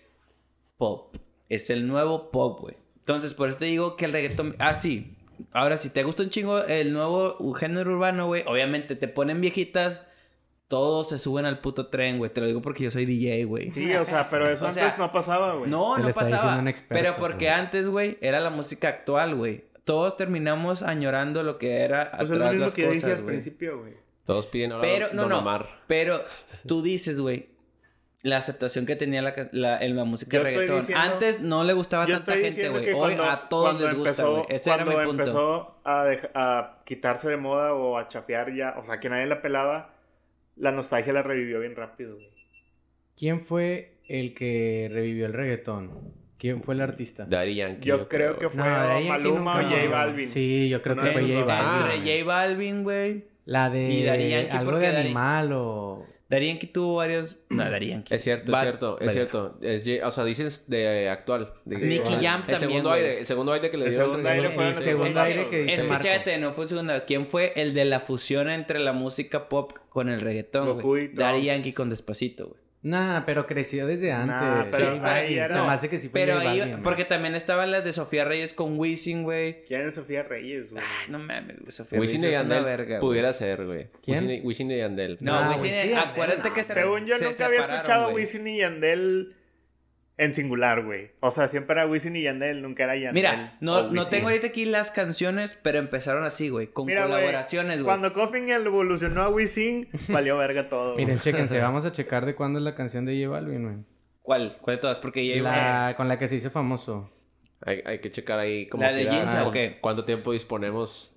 pop. Es el nuevo pop, güey. Entonces, por eso te digo que el reggaetón... Ah, sí. Ahora, si te gusta un chingo el nuevo u- género urbano, güey, obviamente te ponen viejitas, todos se suben al puto tren, güey. Te lo digo porque yo soy DJ, güey. Sí, o sea, pero eso O sea, antes no pasaba, güey. No, Te no lo está diciendo pasaba. un experto, pero porque güey. antes, güey, era la música actual, güey. Todos terminamos añorando lo que era Pues es lo atrás mismo las que yo dije cosas, al güey. principio, güey. Todos piden ahora Pero, Don no, no. Omar. Pero tú dices, güey, la aceptación que tenía la, ca- la, el- la música Yo estoy reggaetón. diciendo- Antes no le gustaba a Yo tanta estoy gente, diciendo güey. que Hoy cuando, a todos cuando les gusta, empezó, güey. Ese era cuando mi punto. empezó a, dej- a quitarse de moda o a chafear ya, o sea, que nadie la pelaba, la nostalgia la revivió bien rápido, güey. ¿Quién fue el que revivió el reggaetón? ¿Quién fue el artista? Daddy Yankee. Yo creo que fue de ahí en que Maluma o nunca- J Balvin. Sí, yo creo Uno que de fue esos J dos. Balvin. Entre Ah, J Balvin, güey. La de y Daddy Yankee, algo porque de Daddy- animal o... Darían que tuvo varios. No, Darían que. Es cierto, Bad- es cierto, es Vale. cierto. Es J- o sea, dices de actual. De, Nicky actual. Jam El también, segundo güey. aire, el segundo aire que le El dio segundo reggaetón. aire fue El en segundo esos aire que dos, dice Es que Marco. chécate, este, no fue segundo. ¿Quién fue el de la fusión entre la música pop con el reggaetón, Goku güey? y Daddy Trump. Yankee con Despacito, güey. Nah, pero creció desde antes. Nah, pero J Balvin. ahí era- Se me hace que sí fue Pero J ahí, Balvin. güey. porque también estaban las de Sofía Reyes con Wisin, güey. ¿Quién es Sofía Reyes, güey? Ay, Ah, no mames, güey. Sofía Wisin y Reyes es una Yandel verga, güey. pudiera ser, güey. ¿Quién? Wisin y- Wisin y Yandel. No, Ah, Wisin, Wisin y Yandel, acuérdate que no. se Según yo se nunca había separaron, escuchado güey. Wisin y Yandel en singular, güey. O sea, siempre era Wisin y Yandel, nunca era Yandel. Mira, no, o no Wisin. tengo ahorita aquí las canciones, pero empezaron así, güey. Con Mira, güey, colaboraciones, güey. Cuando Coffin evolucionó a Wisin, valió verga todo. Miren, chéquense, vamos a checar de cuándo es la canción de J Balvin, güey. ¿Cuál? ¿Cuál de todas? Porque ya iba. La, con la que se hizo famoso. Hay, hay que checar ahí como La de que Ginza, ah, ¿o qué? cuánto tiempo disponemos.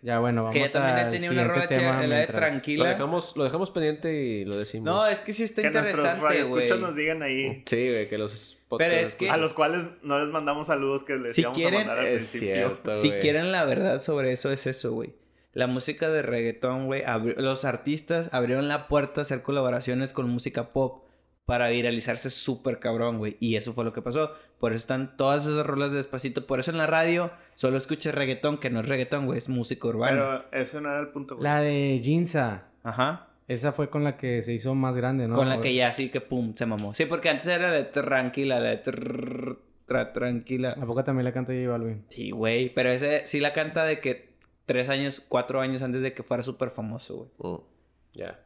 Ya, bueno, vamos Que a ya también él tenía una rola chida, la de lo Tranquila. dejamos lo dejamos pendiente y lo decimos. No, es que sí está que nuestros interesante, güey. radioescuchas nos digan ahí. Sí, güey, que los Pero es podcasts- que- A los cuales no les mandamos saludos que les Si íbamos quieren, a mandar al es principio. cierto, Si güey. quieren la verdad sobre eso, es eso, güey. La música de reggaetón, güey, abri- los artistas abrieron la puerta a hacer colaboraciones con música pop para viralizarse súper cabrón, güey. Y eso fue lo que pasó. Por eso están todas esas rolas de despacito. Por eso en la radio solo escuchas reggaetón, que no es reggaetón, güey, es música urbana. Pero eso no era el punto, güey. La de Ginza. Ajá. Esa fue con la que se hizo más grande, ¿no? Con la que ya sí que pum, se mamó. Sí, porque antes era la de tranquila, la de trrr, tra- tranquila. ¿A poco también la canta J Balvin? Sí, güey. Pero ese sí la canta de que tres años, cuatro años antes de que fuera súper famoso, güey. Mm, Ya.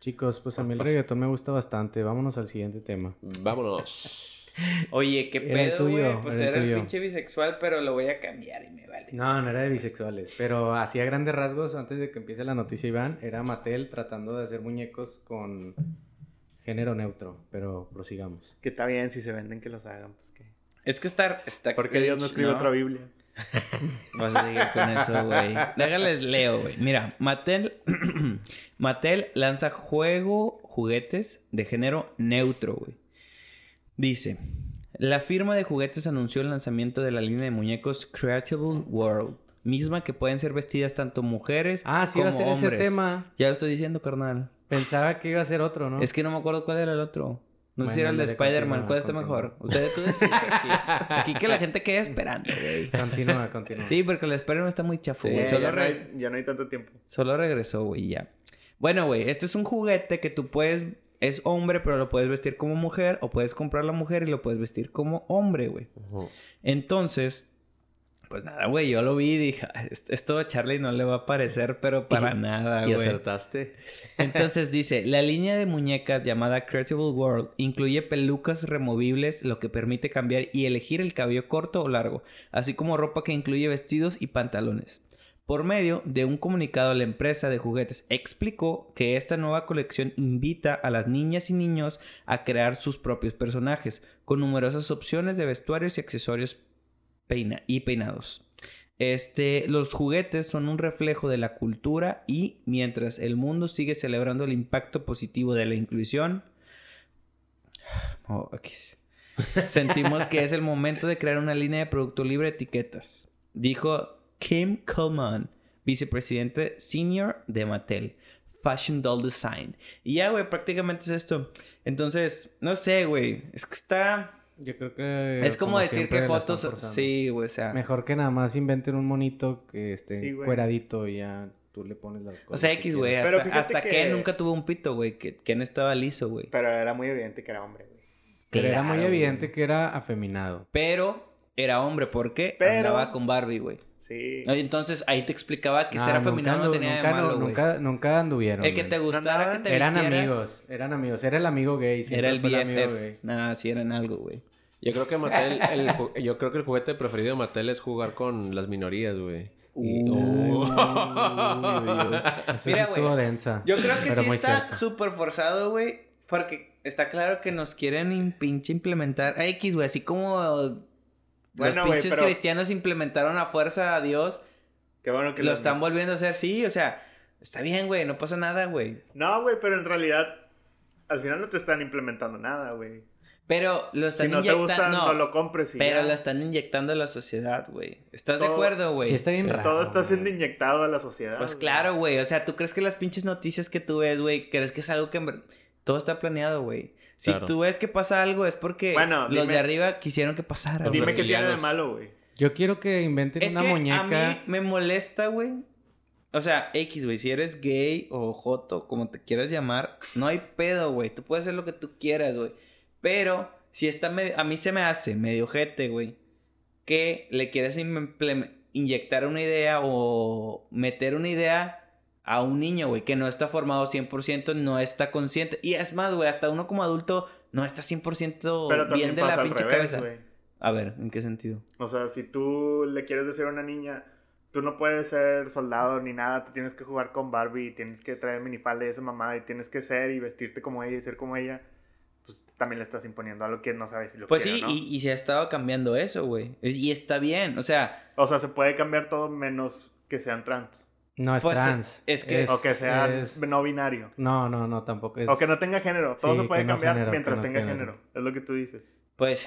Chicos, pues a mí el reggaetón me gusta bastante. Vámonos al siguiente tema. Vámonos. Oye, qué Era el pedo, tuyo, güey. Pues era el era el tuyo. pinche bisexual, pero lo voy a cambiar y me vale. No, no era de bisexuales, pero así a grandes rasgos, antes de que empiece la noticia, Iván, era Mattel tratando de hacer muñecos con género neutro, pero prosigamos. Que está bien, si se venden que los hagan, pues que. Es que está. está Porque Dios no escribe ¿no? otra Biblia. Vas a seguir con eso, güey. Déjales leo, güey. Mira, Mattel... Mattel lanza juego, juguetes de género neutro, güey. Dice... La firma de juguetes anunció el lanzamiento de la línea de muñecos Creatable World. Misma que pueden ser vestidas tanto mujeres Ah, sí, como iba a ser ese hombres. tema. Ya lo estoy diciendo, carnal. Pensaba que iba a ser otro, ¿no? Es que no me acuerdo cuál era el otro. No sé Bueno, si era el de dale, continúa, Spider-Man. ¿Cuál está continúa. mejor? Ustedes tú decides. Aquí, aquí que la gente quede esperando, güey. Continúa, continúa. Sí, porque el Spider-Man está muy chafo, güey. Eh, Solo ya, no re- hay, ya no hay tanto tiempo. Solo regresó, güey, ya. Bueno, güey, este es un juguete que tú puedes... Es hombre, pero lo puedes vestir como mujer. O puedes comprar la mujer y lo puedes vestir como hombre, güey. Entonces, pues nada, güey. Yo lo vi y dije... "Ah, Esto a Charlie no le va a parecer, pero para nada, y güey. acertaste. Entonces dice, la línea de muñecas llamada Creatable World incluye pelucas removibles, lo que permite cambiar y elegir el cabello corto o largo, así como ropa que incluye vestidos y pantalones. Por medio de un comunicado, la empresa de juguetes explicó que esta nueva colección invita a las niñas y niños a crear sus propios personajes, con numerosas opciones de vestuarios y accesorios peina- y peinados. Este, los juguetes son un reflejo de la cultura y mientras el mundo sigue celebrando el impacto positivo de la inclusión, Oh, ok. sentimos que es el momento de crear una línea de producto libre de etiquetas, dijo Kim Coleman, vicepresidente senior de Mattel. Fashion Doll Design. Y ya, güey, prácticamente es esto. Entonces, no sé, güey. Es que está. Yo creo que... es como, decir siempre que la están Jotos. forzando. Sí, güey, o sea. Mejor que nada más inventen un monito que esté Sí, güey. cueradito y ya tú le pones las cosas O sea, que X, güey. quieras. Pero Hasta, fíjate hasta que- Ken nunca tuvo un pito, güey. Que Ken estaba liso, güey. Pero era muy evidente que era hombre, güey. Pero era Claro, muy evidente güey. que era afeminado. Pero era hombre, porque Pero- andaba con Barbie, güey. Sí. Entonces ahí te explicaba que No, ser Ah, nunca afeminado no andu- tenía nunca, de no- malo, güey. nunca, nunca anduvieron. El que güey. te gustara que andaban- te Eran vistieras amigos, eran amigos. Era el amigo gay. siempre Era el fue amigo gay. BFF. Nada, Ah, sí eran algo, güey. Yo creo que Mattel, el ju- yo creo que el juguete preferido de Mattel es jugar con las minorías, güey. Y- Uh. Eso sí Mira, güey, estuvo densa. Yo creo que pero sí muy está cierta. súper forzado, güey. Porque está claro que nos quieren im- pinche implementar a X, güey. Así como Bueno, los güey, pinches pero- cristianos implementaron a fuerza a Dios. Qué bueno que lo lo- están volviendo a hacer, sí, o sea, está bien, güey, no pasa nada, güey. No, güey, pero en realidad al final no te están implementando nada, güey. Pero lo están Si no te inyectando. gusta, no, no, lo compres y pero ya. lo están inyectando a la sociedad, güey. ¿Estás de Todo- acuerdo, güey? Sí, está bien raro. Todo está güey. siendo inyectado a la sociedad. Pues güey. claro, güey. O sea, ¿tú crees que las pinches noticias que tú ves, güey, crees que es algo que en ver- todo está planeado, güey? Si Claro. tú ves que pasa algo es porque Bueno, los de dime- arriba quisieron que pasara. güey. Pues Dime qué tiene de reptilianos. malo, güey. Yo quiero que inventen Es una que muñeca. a mí me molesta, güey. O sea, X, güey, si eres gay o joto, como te quieras llamar, no hay pedo, güey. Tú puedes hacer lo que tú quieras, güey. Pero si está medio... A mí se me hace medio jete, güey. Que le quieres implem- inyectar una idea o meter una idea a un niño, güey, que no está formado 100%, no está consciente. Y es más, güey, hasta uno como adulto no está 100% Pero también Oh, bien de la pasa al pinche revés, cabeza. güey. A ver, ¿en qué sentido? O sea, si tú le quieres decir a una niña, tú no puedes ser soldado ni nada, tú tienes que jugar con Barbie, tienes que traer minifalda de esa mamá, y tienes que ser y vestirte como ella y ser como ella, pues también le estás imponiendo algo que no sabes si lo Pues quiere sí, o no. y, y se ha estado cambiando eso, güey. Es- Y está bien, o sea, O sea, se puede cambiar todo menos que sean trans. No es Pues, trans. es que- Es- o que sea es- no binario. No, no, no, tampoco es. O que no tenga género. Todo Sí, se puede que no cambiar género, mientras que no tenga género. género. Es lo que tú dices. pues,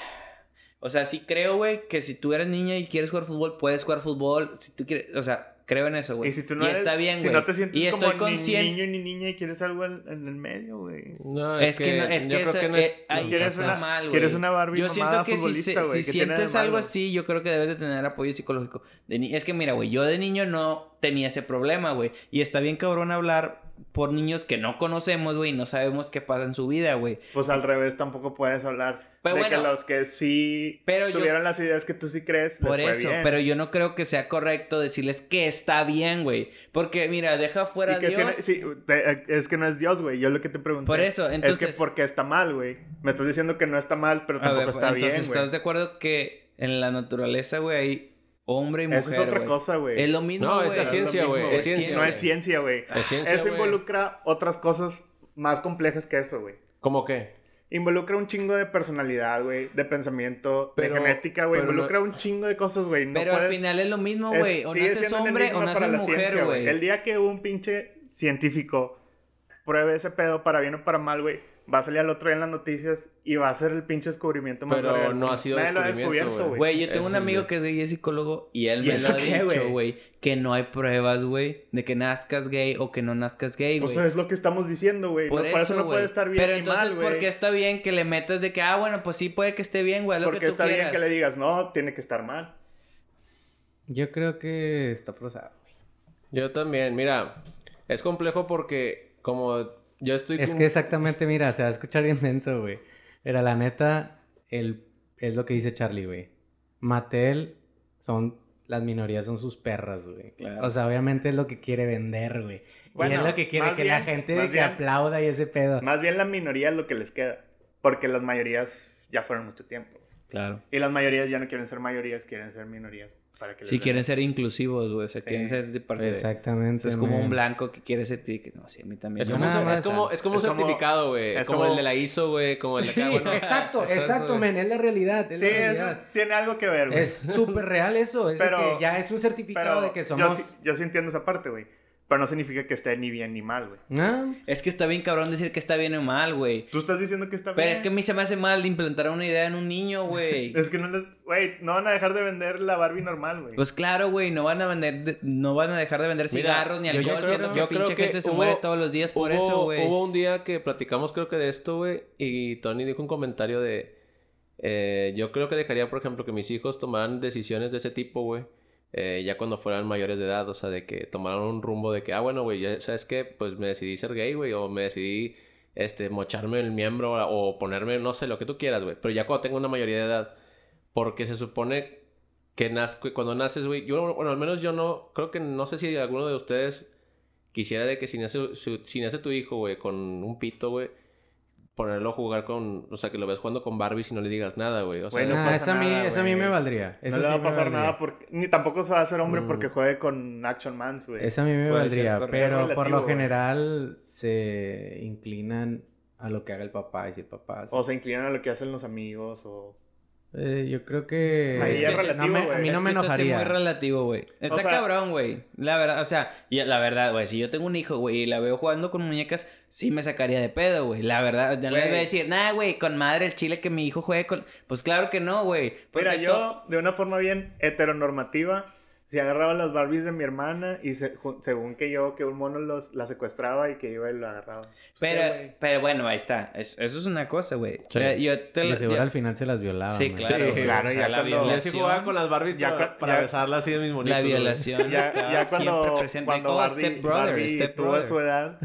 o sea, sí creo, güey, que si tú eres niña y quieres jugar fútbol, puedes jugar fútbol, si tú quieres, o sea, creo en eso, güey. Y si tú no eres- está bien, si güey. no te sientes y estoy como ni consciente. niño ni niña y quieres algo en, en el medio, güey. No, Es, que, no, es que yo creo eso- que no es... eh, ahí quieres está una- mal, güey. quieres una Barbie Yo siento mamada que si, se- futbolista, güey, si ¿qué tiene de sientes algo malo? así, yo creo que debes de tener apoyo psicológico. De ni- Es que mira, güey, yo de niño no tenía ese problema, güey. Y está bien cabrón hablar por niños que no conocemos, güey, y no sabemos qué pasa en su vida, güey. Pues al revés tampoco puedes hablar Pero de que bueno. los que sí Pero yo- tuvieron las ideas que tú sí crees. les Por fue eso, bien. pero yo no creo que sea correcto decirles que está bien, güey. Porque mira, deja fuera Y a que Dios. tiene- sí, te- eh, es que no es Dios, güey. Yo lo que te pregunté. Por eso, Es entonces- que porque está mal, güey. Me estás diciendo que no está mal, pero A tampoco ver, está entonces, bien, ¿estás güey. de acuerdo que en la naturaleza, güey, hay hombre y mujer, Eso es otra güey? cosa, güey. Es lo mismo, No, es güey. la Es lo ciencia, mismo, güey. güey. Es ciencia. No es ciencia, güey. Es ciencia, Eso güey. involucra otras cosas más complejas que eso, güey. ¿Cómo qué? Involucra un chingo de personalidad, güey, de pensamiento, Pero- de genética, güey. pero lo- Involucra un chingo de cosas, güey. No Pero al puedes- final es lo mismo, es- güey. O sigue naces siendo un hombre o enigma naces para la mujer, ciencia, El güey. día que un pinche científico pruebe ese pedo para bien o para mal, güey, va a salir al otro día en las noticias y va a ser el pinche descubrimiento más Pero verga del no ha mundo. sido Nadie lo ha descubrimiento, descubierto, güey. güey. Güey, yo tengo Ese un es amigo el- que es gay y es psicólogo y él ¿Y me lo eso ha qué, dicho, güey? güey, que no hay pruebas, güey, de que nazcas gay o que no nazcas gay, Pues güey. eso es lo que estamos diciendo, güey. Por No, para eso no güey. puede estar bien Pero ni entonces, mal, güey. ¿por qué está bien que le metas de que, ah, bueno, pues sí puede que esté bien, güey, haz lo Porque que tú está bien quieras? que le digas, no, tiene que estar mal. Yo creo que está forzado, güey. Yo también, mira, es complejo porque como yo estoy... Es con- que exactamente, mira, se va a escuchar inmenso, güey. Pero la neta, el, es lo que dice Charlie, güey. Mattel son. Las minorías son sus perras, güey. Claro. O sea, obviamente es lo que quiere vender, güey. Bueno, y es lo que quiere más que la bien, gente más que bien. aplauda y ese pedo. Más bien la minoría es lo que les queda. Porque las mayorías ya fueron mucho tiempo. Claro. Y las mayorías ya no quieren ser mayorías, quieren ser minorías. Para que les Si den- quieren ser inclusivos, güey, o sea, Sí. quieren ser de parte de- O Exactamente. sea, es como un men. blanco que quiere ser ti, que no, sí, a mí también. Es Yo como, un nada cer- más- es, como, es como un es como- certificado, güey. es como, como- el de la ISO, güey. Como el de acá, Sí, bueno. exacto, Exacto, exacto, güey. men. Es la realidad. Es Sí, la eso realidad. tiene algo que ver, güey. Es súper real eso. Es de Pero- que ya es un certificado Pero de que yo somos. sí- Yo, sí entiendo esa parte, güey. Pero no significa que esté ni bien ni mal, güey. Ah, Es que está bien cabrón decir que está bien o mal, güey. Tú estás diciendo que está Pero bien. es que a mí se me hace mal implantar una idea en un niño, güey. Es que no les... Güey, no van a dejar de vender la Barbie normal, güey. Pues claro, güey, no van a vender, de- no van a dejar de vender Mira, cigarros ni yo- yo alcohol, creo- siendo que yo creo pinche que gente se hubo- muere todos los días por hubo, eso, güey. Hubo un día que platicamos, creo que de esto, güey. Y Tony dijo un comentario de. eh, yo creo que dejaría, por ejemplo, que mis hijos tomaran decisiones de ese tipo, güey. eh, ya cuando fueran mayores de edad, o sea, de que tomaran un rumbo de que, ah, bueno, güey, ya sabes que, pues me decidí ser gay, güey, o me decidí, este, mocharme el miembro o ponerme, no sé, lo que tú quieras, güey. Pero ya cuando tengo una mayoría de edad, porque se supone que nazco, cuando naces, güey, yo, bueno, al menos yo no, creo que no sé si alguno de ustedes quisiera de que si nace, su- si nace tu hijo, güey, con un pito, güey, ponerlo a jugar con, o sea, que lo ves jugando con Barbie si no le digas nada, güey. O sea, Bueno, No ah, pasa esa, a mí, nada, esa a mí güey. me valdría. Eso no le sí va a me pasar valdría. nada porque... Ni tampoco se va a hacer hombre Mm. porque juegue con Action Mans, güey. Esa a mí me Puede valdría, ser correcto. pero Es por relativo, lo güey. general se inclinan a lo que haga el papá y si el papá... hace- O se inclinan a lo que hacen los amigos o... Eh, yo creo que... Ahí es que relativo, no me- a güey. mí no Es me que esto sí es enojaría. muy relativo, güey. Está sea- cabrón, güey. La verdad, o sea, y la verdad, güey, si yo tengo un hijo, güey, y la veo jugando con muñecas, sí me sacaría de pedo, güey. La verdad, no les Güey. voy a decir, nah, güey, con madre el chile que mi hijo juegue con... Pues claro que no, güey. Porque Mira, Pues to- yo, de una forma bien heteronormativa, se agarraba las Barbies de mi hermana y se- ju- según que yo, que un mono los, la secuestraba y que iba y lo agarraba. Pues, ¿qué, Pero, güey? pero bueno, ahí está. Es- eso es una cosa, güey. Sí. Ya- Yo te Y la- seguro ya- al final se las violaba. Sí, man. claro. Sí, güey. claro, O sea, ya la cuando- Yo sí violación, jugaba con las Barbies Ya para, cua- para ya- besarla así de mis monitos. La güey. violación Ya, está ya cuando, siempre presente. cuando Como Barbie, Step Brother, Barbie Step tuvo Brother. su edad,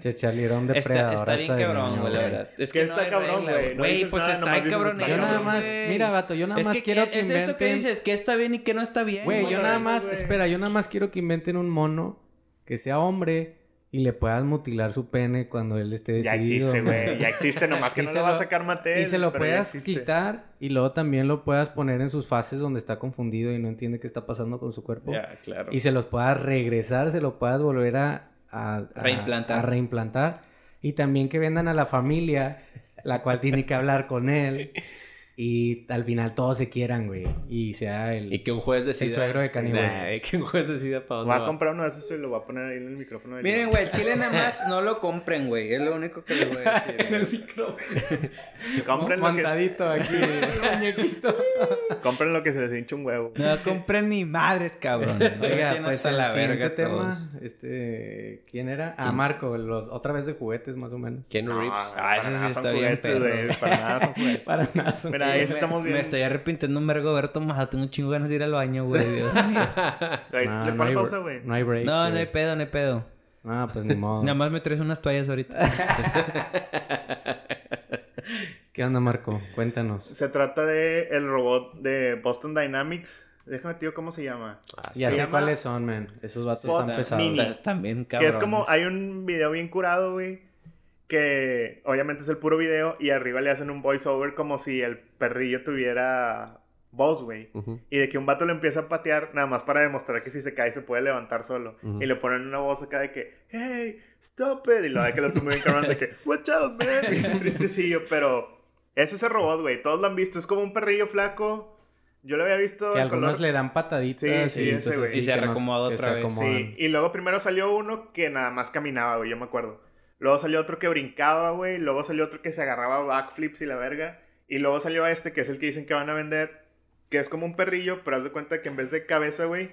Che, Charlie era un Está, depredador está bien hasta de cabrón, niño, güey, la güey. verdad. Es Que está hay cabrón, regla, güey. No Güey, dices pues nada, está nomás dices, cabrón. está Yo nada cabrón, más... Mira, vato, yo nada es más que, quiero ¿qué- que es inventen... esto que dices, que está bien y que no está bien. Güey, Vamos yo a nada ver, más, güey. espera, yo nada más quiero que inventen un mono que sea hombre y le puedas mutilar su pene cuando él esté ya decidido. existe, man. güey. Ya existe, nomás que Y no se lo va a lo- sacar Mateo. Y se lo puedas quitar y luego también lo puedas poner en sus fases donde está confundido y no entiende qué está pasando con su cuerpo. Ya, claro. Y se los puedas regresar, se lo puedas volver a, a- a- Reimplantar. a reimplantar. Y también que vendan a la familia, la cual tiene que hablar con él. Y al final todos se quieran, güey. Y sea el... Y que un juez decida. El suegro de Kanye West. Nah, y que un juez decida para dónde Voy va. a comprar uno de esos y lo voy a poner ahí en el micrófono. del- Miren, güey, el chile nada más no lo compren, güey. Es lo único que les voy a decir. güey. Compren lo, que, Montadito aquí, el muñequito. compren lo que se les hincha un huevo. No compren ni madres, cabrón. Oiga, Tienen pues el hasta siguiente tema, todos. este, ¿quién era? Ah, Marco, los, otra vez de juguetes más o menos. Keanu No, Reeves. Ah, para Ah, Ah, ese sí nada son está bien juguetes, perro. güey, Para nada son juguetes. Para nada. son- Mira, ahí estamos bien. Me estoy arrepintiendo un vergo, Berto Maja. Tengo un chingo ganas de ir al baño, güey. Dios mío. Güey, No, ¿Le no pones hay pausa, br- güey? No hay breaks. No, no güey. hay pedo, no hay pedo. Ah, pues ni modo. Nada más me traes unas toallas ahorita. ¿Qué onda, Marco? Cuéntanos. Se trata de el robot de Boston Dynamics. Déjame, tío, ¿cómo se llama? Ya Se sé llama cuáles son, man. Esos vatos Spot están pesados. Mini. También, Que cabrón. es como, hay un video bien curado, güey. Que obviamente es el puro video y arriba le hacen un voiceover como si el perrillo tuviera boss, güey. Ujú. Y de que un vato le empieza a patear, nada más para demostrar que si se cae se puede levantar solo. Ujú. Y le ponen una voz acá de que, hey, stop it. Y lo de que lo tumbe bien cabrón de que, watch out, man. Bien tristecillo, pero es ese robot, güey. Todos lo han visto. Es como un perrillo flaco. Yo lo había visto. Que el algunos color- le dan pataditas Sí, sí, ese, entonces güey. sí Y que se nos- reacomoda que otra se vez. acomodan. Sí, y luego primero salió uno que nada más caminaba, güey, yo me acuerdo. Luego salió otro que brincaba, güey. Luego salió otro que se agarraba backflips y la verga. Y luego salió este que es el que dicen que van a vender, que es como un perrillo, pero haz de cuenta que en vez de cabeza, güey,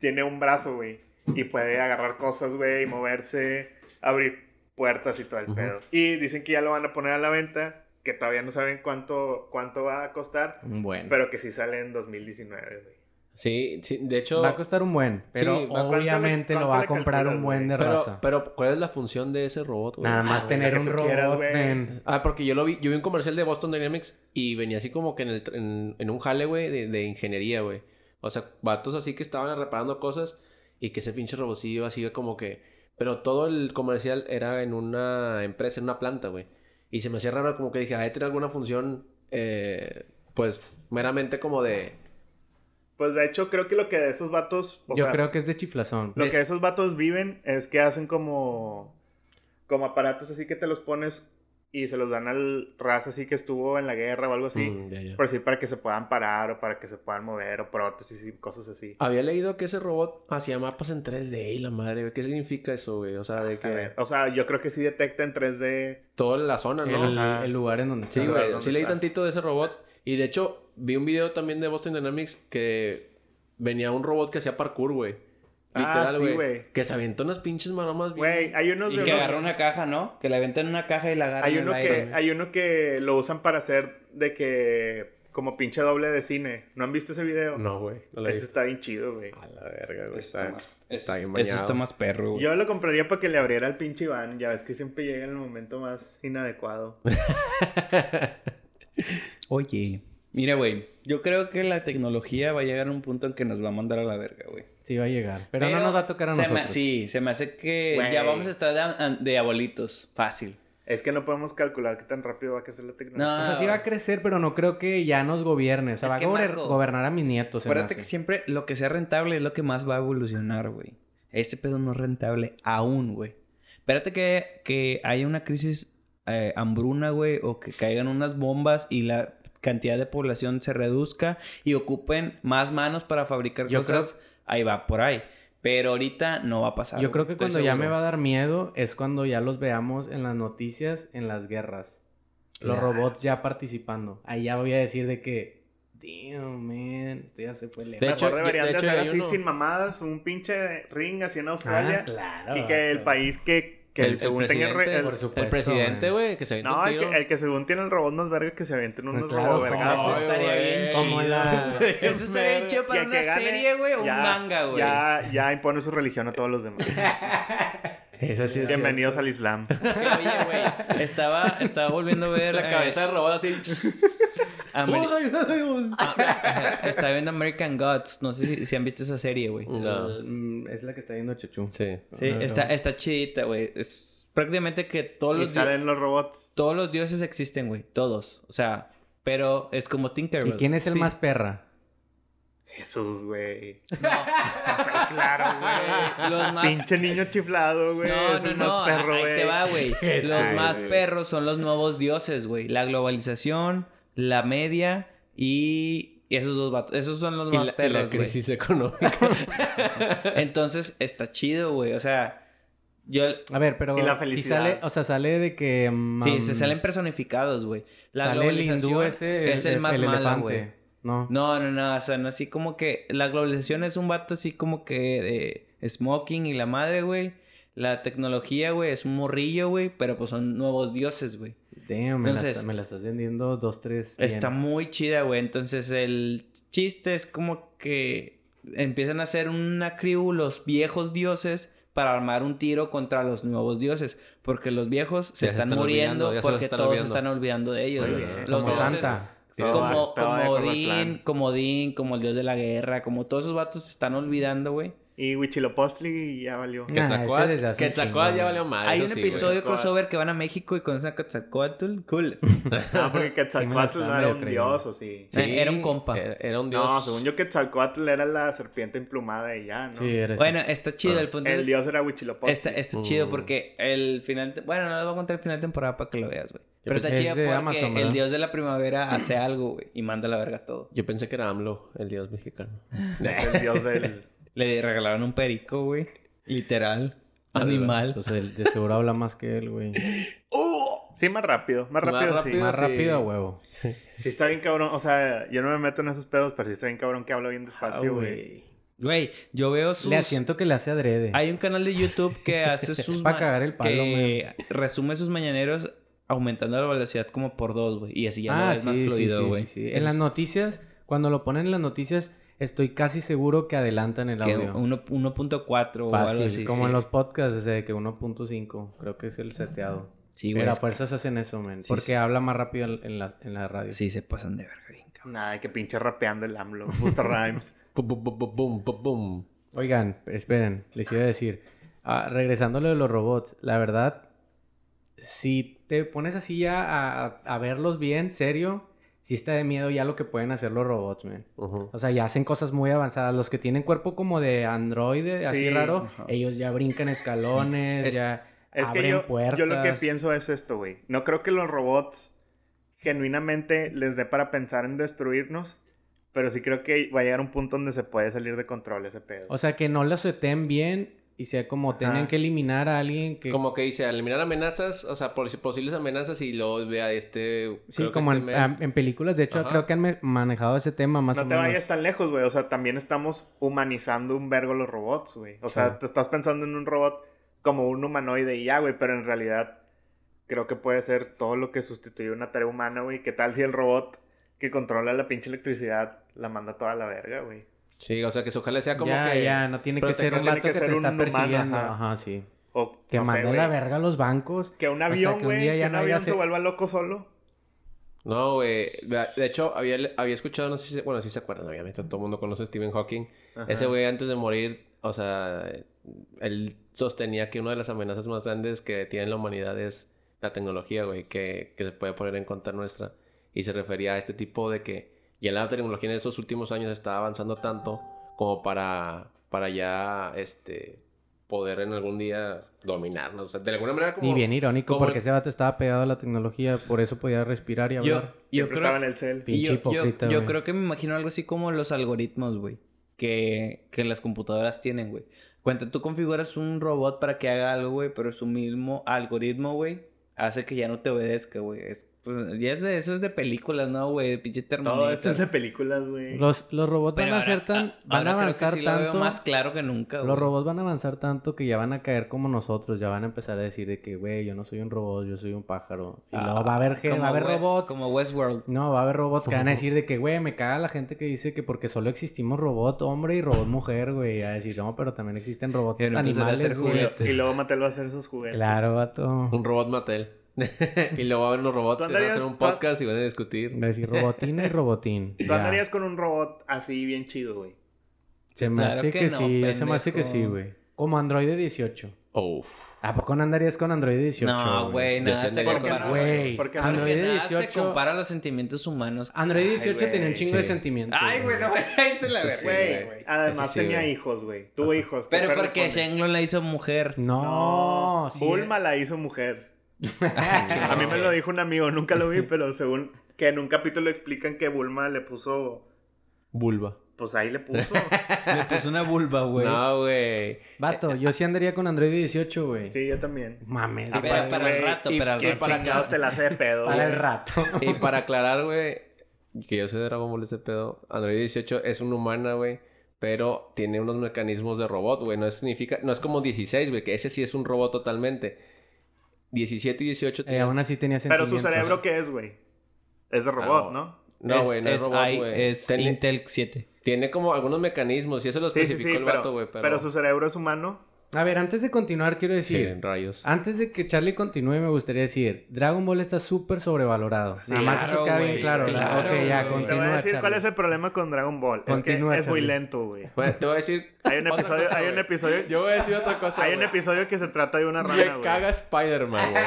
tiene un brazo, güey. Y puede agarrar cosas, güey, y moverse, abrir puertas y todo el Ujú. pedo. Y dicen que ya lo van a poner a la venta, que todavía no saben cuánto, cuánto va a costar, Un buen. pero que sí sale en 2019, güey. Sí, sí, de hecho... Va a costar un buen, pero Sí, va- ¿cuánto le- obviamente lo cuánto va a le comprar un calculas, buen de güey? pero, raza. pero, ¿cuál es la función de ese robot, güey? Nada más güey, la tener que un tú robot quieras, güey. en- Ah, porque yo lo vi, yo vi un comercial de Boston Dynamics y venía así como que en, el, tr- en, en un jale, güey, de, de ingeniería, güey. O sea, vatos así que estaban reparando cosas y que ese pinche robocillo así como que... Pero todo el comercial era en una empresa, en una planta, güey. Y se me hacía raro como que dije, ah, tiene alguna función, eh, pues, meramente como de... Pues de hecho, creo que lo que de esos vatos. o Yo sea, creo que es de chiflazón. Lo Es- que esos vatos viven es que hacen como. Como aparatos así que te los pones y se los dan al raza así que estuvo en la guerra o algo así. Mm, ya, ya. Por así para que se puedan parar o para que se puedan mover o prótesis y cosas así. Había leído que ese robot hacía mapas en 3D y la madre, güey. ¿Qué significa eso, güey? O sea, de A ver, que o sea, yo creo que sí detecta en 3D. toda la zona, ¿no? El, Ajá. el lugar en donde Sí, está. güey. ¿dónde Sí leí está? tantito de ese robot. Y de hecho, vi un video también de Boston Dynamics que venía un robot que hacía parkour, güey. Ah, Literal, sí, güey. güey. que se aventó unas pinches maromas bien. Güey, hay unos Y de que unos- agarra una caja, ¿no? Que la avientan en una caja y la agarran Hay en el uno que aire. hay uno que lo usan para hacer de que como pinche doble de cine. ¿No han visto ese video? No, güey. No lo he Ese visto. está bien chido, güey. A la verga, güey. Eso Está, está más- está bien eso- bañado. Eso está más perro, güey. Yo lo compraría para que le abriera al pinche Iván. Ya ves que siempre llega en el momento más inadecuado. Oye. Mira, güey. Yo creo que la tecnología va a llegar a un punto en que nos va a mandar a la verga, güey. Sí va a llegar. Pero, no nos va a tocar a se me- nosotros. sí, se me hace que Güey. ya vamos a estar de, an- de abuelitos. Fácil. Es que no podemos calcular qué tan rápido va a crecer la tecnología. O sea, sí va a crecer, pero no creo que ya nos gobierne. O sea, Es va a que, gober- Marco, gobernar a mis nietos. se me Acuérdate hace. que siempre lo que sea rentable es lo que más va a evolucionar, güey. Este pedo no es rentable aún, güey. Espérate que, que haya una crisis eh, hambruna, güey, o que caigan unas bombas y la cantidad de población se reduzca y ocupen más manos para fabricar Yo cosas. Ahí va, por ahí. Pero ahorita no va a pasar. Yo güey, creo que estoy cuando ya me seguro. va a dar miedo es cuando ya los veamos en las noticias, en las guerras. Los Claro. robots ya participando. Ahí ya voy a decir de que, damn, man, esto ya se fue lejos. De Mejor hecho, deberían de de, hecho, hacer hay así uno- sin mamadas, un pinche ring así en Ah, Australia. claro. y que el vato. país que, que el, el según tenga presidente, el re- el- por supuesto, el presidente, güey. güey, que se aventó No, un el tiro. que, el que según tiene el robot más verga que se avienten unos Ah, Claro, robo como- vergas. Eso estaría bien Como chido. la- Eso estaría bien chido para una serie, güey, o un manga, güey. Ya, ya impone su religión a todos los demás. Eso sí es Bienvenidos al Islam. Que, oye, güey, estaba, estaba volviendo a ver... cierto. La eh, cabeza de robot así. Ameri- Ah. Está viendo American Gods. No sé si, si han visto esa serie, güey. no. Mm, Es la que está viendo Chuchu. Sí. Sí, Ah, está, no. está chidita, güey. Es prácticamente que todos Y los, di- salen los robots. todos los dioses existen, güey. Todos. O sea, pero es como Tinkerbell. ¿Y quién es el Sí. más perra? Jesús, güey. claro, güey. Los más... Pinche niño chiflado, güey. No, es no, el no. más perro, ahí te güey. va, güey. Jesús, Los más güey. perros son los nuevos dioses, güey. La globalización, la media y... y esos dos vatos. Esos son los Y más la, y perros, la güey. Ah, crisis económica. Entonces, está chido, güey. O sea, yo... A ver, pero Y la si felicidad. sale, o sea, sale de que mm, Sí, se salen personificados, güey. La sale el globalización hindú ese, es el, más malo, elefante. güey. No. No, no, no, o sea, no así como que la globalización es un vato así como que de smoking y la madre, güey. La tecnología, güey, es un morrillo, güey, pero pues son nuevos dioses, güey. Damn, me, la Entonces- está- me la estás vendiendo dos, tres. bien. Está muy chida, güey. Entonces el chiste es como que empiezan a hacer una crew los viejos dioses para armar un tiro contra los nuevos dioses. Porque los viejos se, Ya se están, están muriendo olvidando, ya se los porque están todos se olvidando. están olvidando de ellos. Muy güey. bien. Los Como dioses- Santa. Sí, como, estaba de acuerdo como al Odín, plan. como Odín, como el dios de la guerra, como todos esos vatos se están olvidando, güey. Y Huichilopostli ya valió. Nah, ese Quetzalcóatl. desde hace un Quetzalcóatl ya chingo, valió madre. Hay Ah, eso un sí, güey. episodio crossover que van a México y conocen a Quetzalcoatl. Cool. No, porque Quetzalcoatl Sí me lo no estaba era medio un creyendo. dios o sí. Sí, Era un compa. Era, era un dios. No, según yo Quetzalcoatl era la serpiente emplumada y ya, ¿no? Sí, eres. Bueno, está chido el punto. El es- dios era Huichilopostli. Está, está Mm. chido porque el final... te- Bueno, no les voy a contar el final de temporada para que lo veas, güey. Pero pensé- está Es chido de porque Amazon, el ¿verdad? dios de la primavera hace algo, güey. Y manda a la verga todo. Yo pensé que era AMLO, el dios mexicano. El dios del... Le regalaron un perico, güey. Literal. Ah, de Animal. Pues el- de seguro habla más que él, güey. Sí, más rápido, más Más rápido, sí. rápido. Más sí. rápido a huevo. Sí está bien cabrón, o sea, yo no me meto en esos pedos, pero sí está bien cabrón que habla bien despacio, Ah, güey. Güey, yo veo sus... Le asiento que le hace adrede. Hay un canal de YouTube que hace sus... Es pa' ma- cagar el palo, Que resume sus mañaneros aumentando la velocidad como por dos, güey. Y así ya lo ah, ves sí, más sí, fluido, sí, güey. sí, sí. Eso En las es- noticias, cuando lo ponen en las noticias, estoy casi seguro que adelantan el que audio. uno- 1.4 o algo Fácil, así. como sí. en los podcasts, o sea, de que 1.5, creo que es el seteado. Sí, güey. Pero a es- fuerzas hacen eso, men, Sí, porque sí. habla más rápido en en la, en la radio. Sí, se pasan de verga bien, cabrón. Nada, que pinche rapeando el AMLO, Busta Rhymes. Pum, pum, pum, pum, pum, pum, pum. Oigan, esperen, les iba a decir, ah, regresando a lo de los robots, la verdad, si te pones así ya a, a- a verlos bien, serio, sí está de miedo ya lo que pueden hacer los robots, men. Ujú. O sea, ya hacen cosas muy avanzadas. Los que tienen cuerpo como de androide, así Sí, raro, ajá. ellos ya brincan escalones, Es- ya Es abren que yo, puertas. yo lo que pienso es esto, güey. No creo que los robots genuinamente les dé para pensar en destruirnos, pero sí creo que va a llegar un punto donde se puede salir de control ese pedo. O sea, que no los seten bien y sea como tengan que eliminar a alguien que... Como que dice, al eliminar amenazas, o sea, por posibles amenazas y luego vea este... sí, creo que como este en, mes- ah, en películas, de hecho, Ajá. creo que han me- manejado ese tema más no o te menos. vayas tan lejos, güey. O sea, también estamos humanizando un vergo los robots, güey. O sea, Sí. te estás pensando en un robot como un humanoide y ya, güey, pero en realidad creo que puede ser todo lo que sustituye una tarea humana, güey. ¿Qué tal si el robot que controla la pinche electricidad la manda toda la verga, güey? Sí, o sea, que ojalá sea como ya, que... ya, no tiene que ser proteger- un tiene vato que que, ser te está un humano, persiguiendo. ajá. Ajá. sí. O Que no sé, mande güey. la verga a los bancos. Que un sea, avión, que un güey, día que ya un no avión haya se se- vuelva loco solo. No, güey. De de hecho, había, había escuchado, no sé si... se- Bueno, sí se acuerdan, obviamente. Todo el mundo conoce a Stephen Hawking. Ese güey antes de morir, o sea, él sostenía que una de las amenazas más grandes que tiene la humanidad es la tecnología, güey, que, que se puede poner en contra nuestra. Y se refería a este tipo de que ya la tecnología en estos últimos años está avanzando tanto como para, para ya, este, poder en algún día dominarnos. O sea, de alguna manera como... Ni bien irónico, como- porque ese vato estaba pegado a la tecnología, por eso podía respirar y Yo, hablar. yo Siempre estaba creo, en el cel. Pinche yo- yo- hipócrita, yo güey. creo que me imagino algo así como los algoritmos, güey. Que, que las computadoras tienen, güey. Cuando tú configuras un robot para que haga algo, güey, pero su mismo algoritmo, güey, hace que ya no te obedezca, güey. Es, pues, ya es de, eso es de películas, ¿no, güey? Pinche Todo Terminator. esto es de películas, güey. Los, los robots Pero van a ahora- ser tan... a- van a ahora creo que avanzar sí lo veo tanto... más claro que nunca, güey. Los robots van a avanzar tanto que ya van a caer como nosotros, ya van a empezar a decir de que, güey, yo no soy un robot, yo soy un pájaro. Y luego va a haber, gen- va a haber West- robots. Ah, Como Westworld. No, va a haber robots que van a decir de que, güey, me caga la gente que dice que porque solo existimos robot hombre y robot mujer, güey. A decir, no, pero también existen robots Y van a empezar a hacer animales, Y, güey. lo- y luego Mattel va a hacer sus juguetes. Claro, vato. Un robot Mattel. y luego van los robots ¿Tú y van a hacer andarías- un tú- podcast y van a discutir. Va a decir robotina y robotín. Tú Ya. andarías con un robot así bien chido, güey. Se me Claro hace que que, no, sí, se me hace que sí, pendejo. güey. Como Android 18. Uf. ¿A poco no andarías con Android 18? No, güey, Yo nada. sí se andaría con compara. eso. Güey, ¿Por qué no? Android Porque nada 18. se compara a los sentimientos humanos. Android Ay, 18 tenía un güey, chingo de sí. sentimientos. Ay, güey, no, ahí se la Eso verga. sí, Güey, güey. Además Eso sí, tenía güey. hijos, güey. Tuvo hijos. ¿Qué Pero perro porque pones? Shenlong la hizo mujer. No, No, sí. Bulma la hizo mujer. chingada. A mí me lo dijo un amigo, nunca lo vi, pero según que en un capítulo explican que Bulma le puso. Vulva. Pues ahí le puso. Le puso una vulva, güey. No, güey. eh, Vato, yo sí andaría con Android 18, güey. Sí, yo también. Mames, Ah, güey. pero para el Güey, rato, ¿y pero al qué rato. Para chingados acá. te la hace de pedo. Para el güey? rato. Y para aclarar, güey, que yo soy de Dragon Ball este pedo, Android 18 es una humana, güey, pero tiene unos mecanismos de robot, güey. No es- significa, no es como 16, güey, que ese sí es un robot totalmente. 17 y 18 Eh, tienen- aún así tenía Pero sentimientos. su cerebro, ¿qué es, güey? Es de robot, Ah, ¿no? No, güey, no es, es, robot, I- güey. es Tiene, Intel 7. tiene como algunos mecanismos y eso lo Sí, sí, especificó sí. el Pero, vato, güey, pero... pero su cerebro es humano. A ver, antes de continuar, quiero Sí, decir. rayos. Ah. Antes de que Charlie continúe, me gustaría decir: Dragon Ball está súper sobrevalorado. Sí, Nada más claro, eso queda bien güey, claro. claro, ok, ya, güey. Te voy a continúa. decir cuál Charlie. es el problema con Dragon Ball. Continúa, es que es muy Charlie. lento, güey. Bueno, te voy a decir. Hay un otra episodio, cosa, hay un güey. episodio, Yo voy a decir otra cosa. hay un güey. episodio que se trata de una rana, Me güey. caga Spider-Man, güey.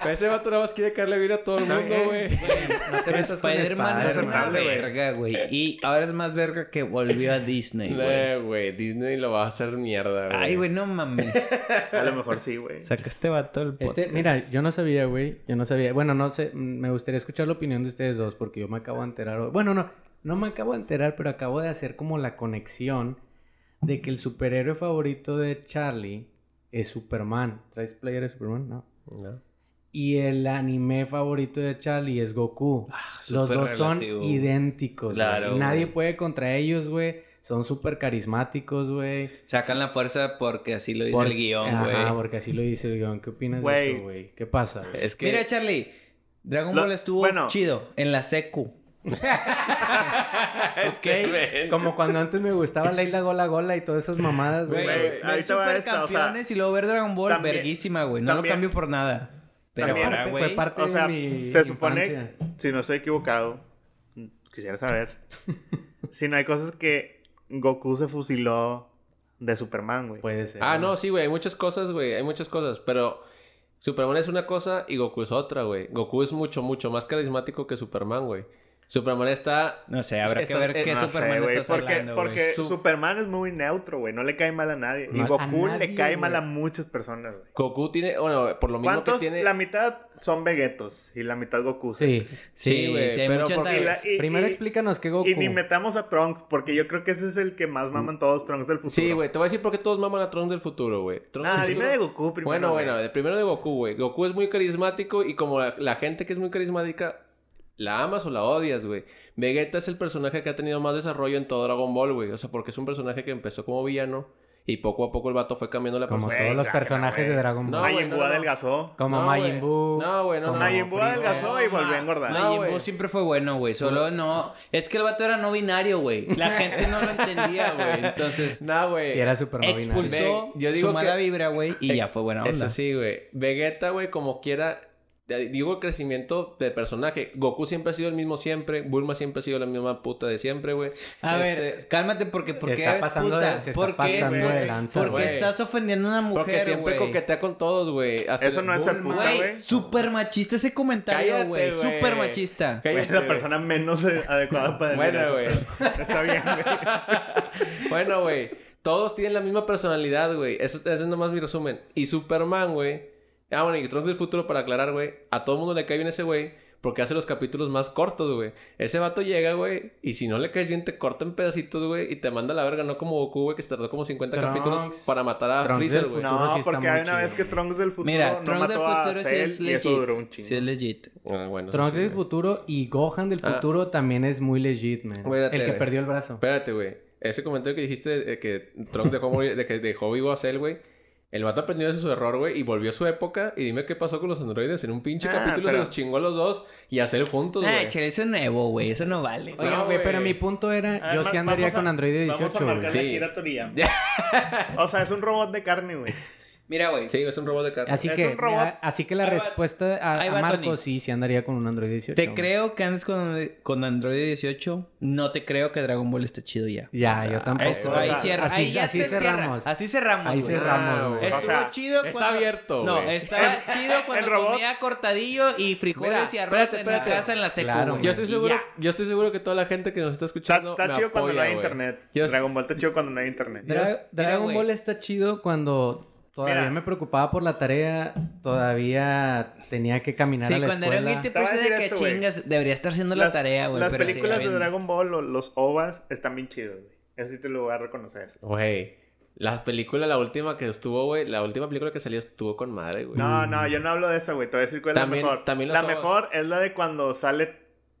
Pero ese vato nada más quiere caerle bien a todo el mundo, güey. No te metas con Spider-Man Spider-Man es una aceptable, güey. verga, güey. Y ahora es más verga que volvió a Disney, güey. No, güey. Disney lo va a hacer mierda, güey. Ay, güey, no mames. A lo mejor sí, güey. Sacaste vato el podcast. Este, mira, yo no sabía, güey. Yo no sabía. Bueno, no sé. mm, Me gustaría escuchar la opinión de ustedes dos porque yo me acabo de enterar. hoy. Bueno, no. No me acabo de enterar, pero acabo de hacer como la conexión de que el superhéroe favorito de Charlie es Superman. ¿Traes player de Superman? No. No. Y el anime favorito de Charlie es Goku. Los súper dos son relativo. idénticos. Ah, Claro, güey. Nadie güey. puede contra ellos, güey. Son súper carismáticos, güey. Sacan la fuerza porque así lo dice Por- el guión, Ajá, güey. porque así lo dice el guión. ¿Qué opinas de Güey. eso, güey? ¿Qué pasa? güey? Es que. Mira, Charlie. Dragon Lo- Ball estuvo bueno. chido en la secu. este, güey. Como cuando antes me gustaba Leila Gola Gola y todas esas mamadas, güey. Güey, Ver ahí te va esta, o sea, supercampeones y luego ver Dragon Ball, también- verguísima, güey. No también- lo cambio por nada. Pero también- ahora, Aparte, güey. fue parte O sea, de mi se supone, infancia. si no estoy equivocado, quisiera saber. si no hay cosas que Goku se fusiló de Superman, güey. Puede ser. Ah, no, sí, güey. Hay muchas cosas, güey. Hay muchas cosas. Pero Superman es una cosa y Goku es otra, güey. Goku es mucho, mucho más carismático que Superman, güey. Superman está. No sé, habrá que Esta- ver eh, qué no sé, Superman güey, estás porque, hablando, güey. porque Su- Superman es muy neutro, güey. No le cae mal a nadie. No, y a Goku nadie, le cae mal a güey. muchas personas, güey. Goku tiene. Bueno, por lo mismo que ¿Cuántos? tiene. La mitad son Vegetos y la mitad Goku. Sí. Sí, güey. sí, hay pero mucha porque Y la- andares. y- Primero y- explícanos qué Goku. Mm. Y ni metamos a Trunks, porque yo creo que ese es el que más maman todos Trunks del futuro. Sí, güey, te voy a decir por qué todos maman a Trunks del futuro, güey. Trunks Ah, del dime futuro- de Goku primero. Bueno, güey. bueno, de- primero de Goku, güey. Goku es muy carismático y como la, la gente que es muy carismática, la amas o la odias, güey. Vegeta es el personaje que ha tenido más desarrollo en todo Dragon Ball, güey. O sea, porque es un personaje que empezó como villano y poco a poco el vato fue cambiando la Como persona. todos los Güey, personajes güey. de Dragon Ball. No, Majin Pues, güey, Buu no, no. adelgazó. Como No, Majin güey. Buu. No, güey, no, no. como Majin Buu Freezer. adelgazó y volvió a engordar. No, Majin Buu güey. siempre fue bueno, güey. Solo no. Es que el vato era no binario, güey. La gente no lo entendía, güey. Entonces, Nah, güey. Sí, era super Expulsó expulsó Ve, yo su digo mala que- vibra, güey, y ya fue buena Eso onda. sí, güey. Vegeta, güey, como quiera. eh, Digo crecimiento de personaje. Goku siempre ha sido el mismo siempre. Bulma siempre ha sido la misma puta de siempre, güey. A ver, Este, cálmate porque ¿por Se qué está eres pasando puta? de- se está ¿Por qué pasando eres- de lanza, ¿Por qué güey? estás ofendiendo a una mujer, porque siempre güey? coquetea con todos, güey. Hasta Eso no es ser Bulma. puta, Güey, güey. súper machista ese comentario, Cállate, güey. güey. Súper machista. Güey, Cállate, es la güey. persona menos eh, adecuada para decir Bueno, eso, güey. pero Está bien, güey. Bueno, güey. Todos tienen la misma personalidad, güey. Eso, ese es nomás mi resumen. Y Superman, güey. Ah, bueno, y Trunks del futuro, para aclarar, güey. A todo mundo le cae bien ese güey. Porque hace los capítulos más cortos, güey. Ese vato llega, güey. Y si no le caes bien, te corta en pedacitos, güey. Y te manda a la verga. No como Goku, güey, que se tardó como 50 Trunks. capítulos para matar a Trunks Freezer, del güey. futuro No, sí está porque muy hay una chido. vez que Trunks del futuro Mira, no Trunks del mató a futuro sí Cell es y legit. eso duró un Sí es chingo. legit. Ah, bueno, eso Trunks sí, del güey. futuro y Gohan del Ah. futuro también es muy legit, man. Espérate, el que güey. perdió el brazo. Espérate, güey. Ese comentario que dijiste de de que Trump dejó, morir- de que dejó vivo a Cell, güey. El vato aprendió de su error, güey, y volvió a su época. Y dime qué pasó con los androides. En un pinche Ah, capítulo pero- se los chingó a los dos y a Cell juntos, Ah, güey. chale, eso es nuevo, güey. Eso no vale. Oye, No, güey, pero güey. mi punto era, A ver, yo ma- sí andaría Ah, vamos a- con Android de Vamos 18, a güey. marcarle Sí. a Akira Toriyama. O sea, es un robot de carne, güey. Mira, güey. Sí, es un robot de carne. Así Es que, un robot. mira, así que la Ahí va- respuesta a, ahí a va, Tony. Marco sí, sí andaría con un Android 18. Te güey. creo que andes con, con Android 18. No te creo que Dragon Ball esté chido ya. Ya, yo tampoco. Eso, o güey. ahí sea, cierra. Así, ahí ya así se cierra. cerramos. Así cerramos. Ahí güey. cerramos, Ah, güey. güey. Estuvo O sea, chido está cuando... abierto, No, güey. estaba chido cuando en robots. comía cortadillo y frijoles Mira, y arroz espérate, en espérate. la casa en la secu, Claro, güey. Yo estoy, Y seguro, ya. yo estoy seguro que toda la gente que nos está Está, escuchando. está me chido cuando no hay apoya, güey. internet. Yo- Dragon Ball está chido cuando no hay internet. Dra- Dios, mira, Dragon güey. Ball está chido cuando todavía Mira. me preocupaba por la tarea, todavía tenía que caminar Sí, a la cuando escuela. era un guilty Te voy a pleasure de decir que esto, güey. chingas, debería estar haciendo la tarea, güey. Las pero sí, películas güey. de Dragon Ball o los OVAs están bien chidos, güey. Eso sí te lo voy a reconocer. Güey. La película, la última que estuvo, güey. La última película que salió estuvo con madre, güey. No, no, yo no hablo de esa, güey. Te voy a decir cuál También- es la mejor. también los la ovas. mejor es la de cuando sale,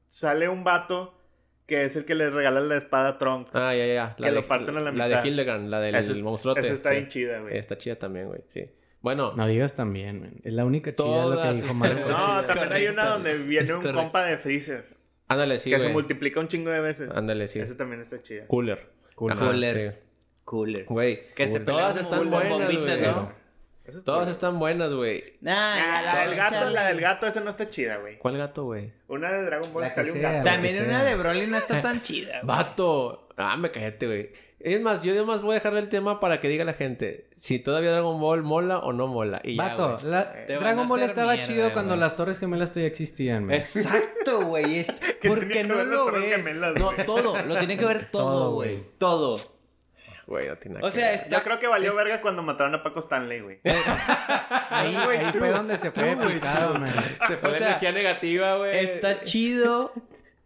sale un vato que es el que le regala la espada a Trunks. Ah, ya, ya, ya. La Que de- lo parten a la La mitad. de Hildegard, la del Esa es- monstruote. esa está sí. bien chida, güey. Está chida también, güey. Sí. Bueno, No digas también, man. es la única chida lo que Todas dijo están- Marco. No, Es también hay una correcto, donde güey. viene Es un correcto. compa de Freezer. ándale, sí, que se güey. multiplica un chingo de veces. Ándale, sí. Esa también está chida. Cooler. Cooler. Ajá, Cooler. sí. cooler. Güey, Que se todas pelean están como buenas, bombitas, güey. ¿no? Eso es Todas bueno. están buenas, güey. Nah, Ah, ya la del gato, chale. la del gato, esa no está chida, güey. ¿Cuál gato, güey? Una de Dragon Ball La que sale un sea, gato. güey. También Lo que una sea. de Broly no está tan chida. güey. Vato. Ah, me cállate, güey. Es más, yo además voy a dejarle el tema para que diga la gente si todavía Dragon Ball mola o no mola. Y ya, Vato, güey. la- Te van Dragon a Ball hacer estaba mierda, chido cuando güey. las Torres Gemelas todavía existían, güey. Exacto, güey. Es Que tenía porque que no ver las lo Torres ves. Gemelas, no, güey. todo. Lo tiene que ver Todo, todo, güey. güey. Todo. Güey, no tiene nada O que sea, ver. está... Yo creo que valió verga cuando mataron a Paco Stanley, güey. Ahí, ahí fue donde se fue de picado, man. se fue o la sea, energía negativa, güey. Está chido,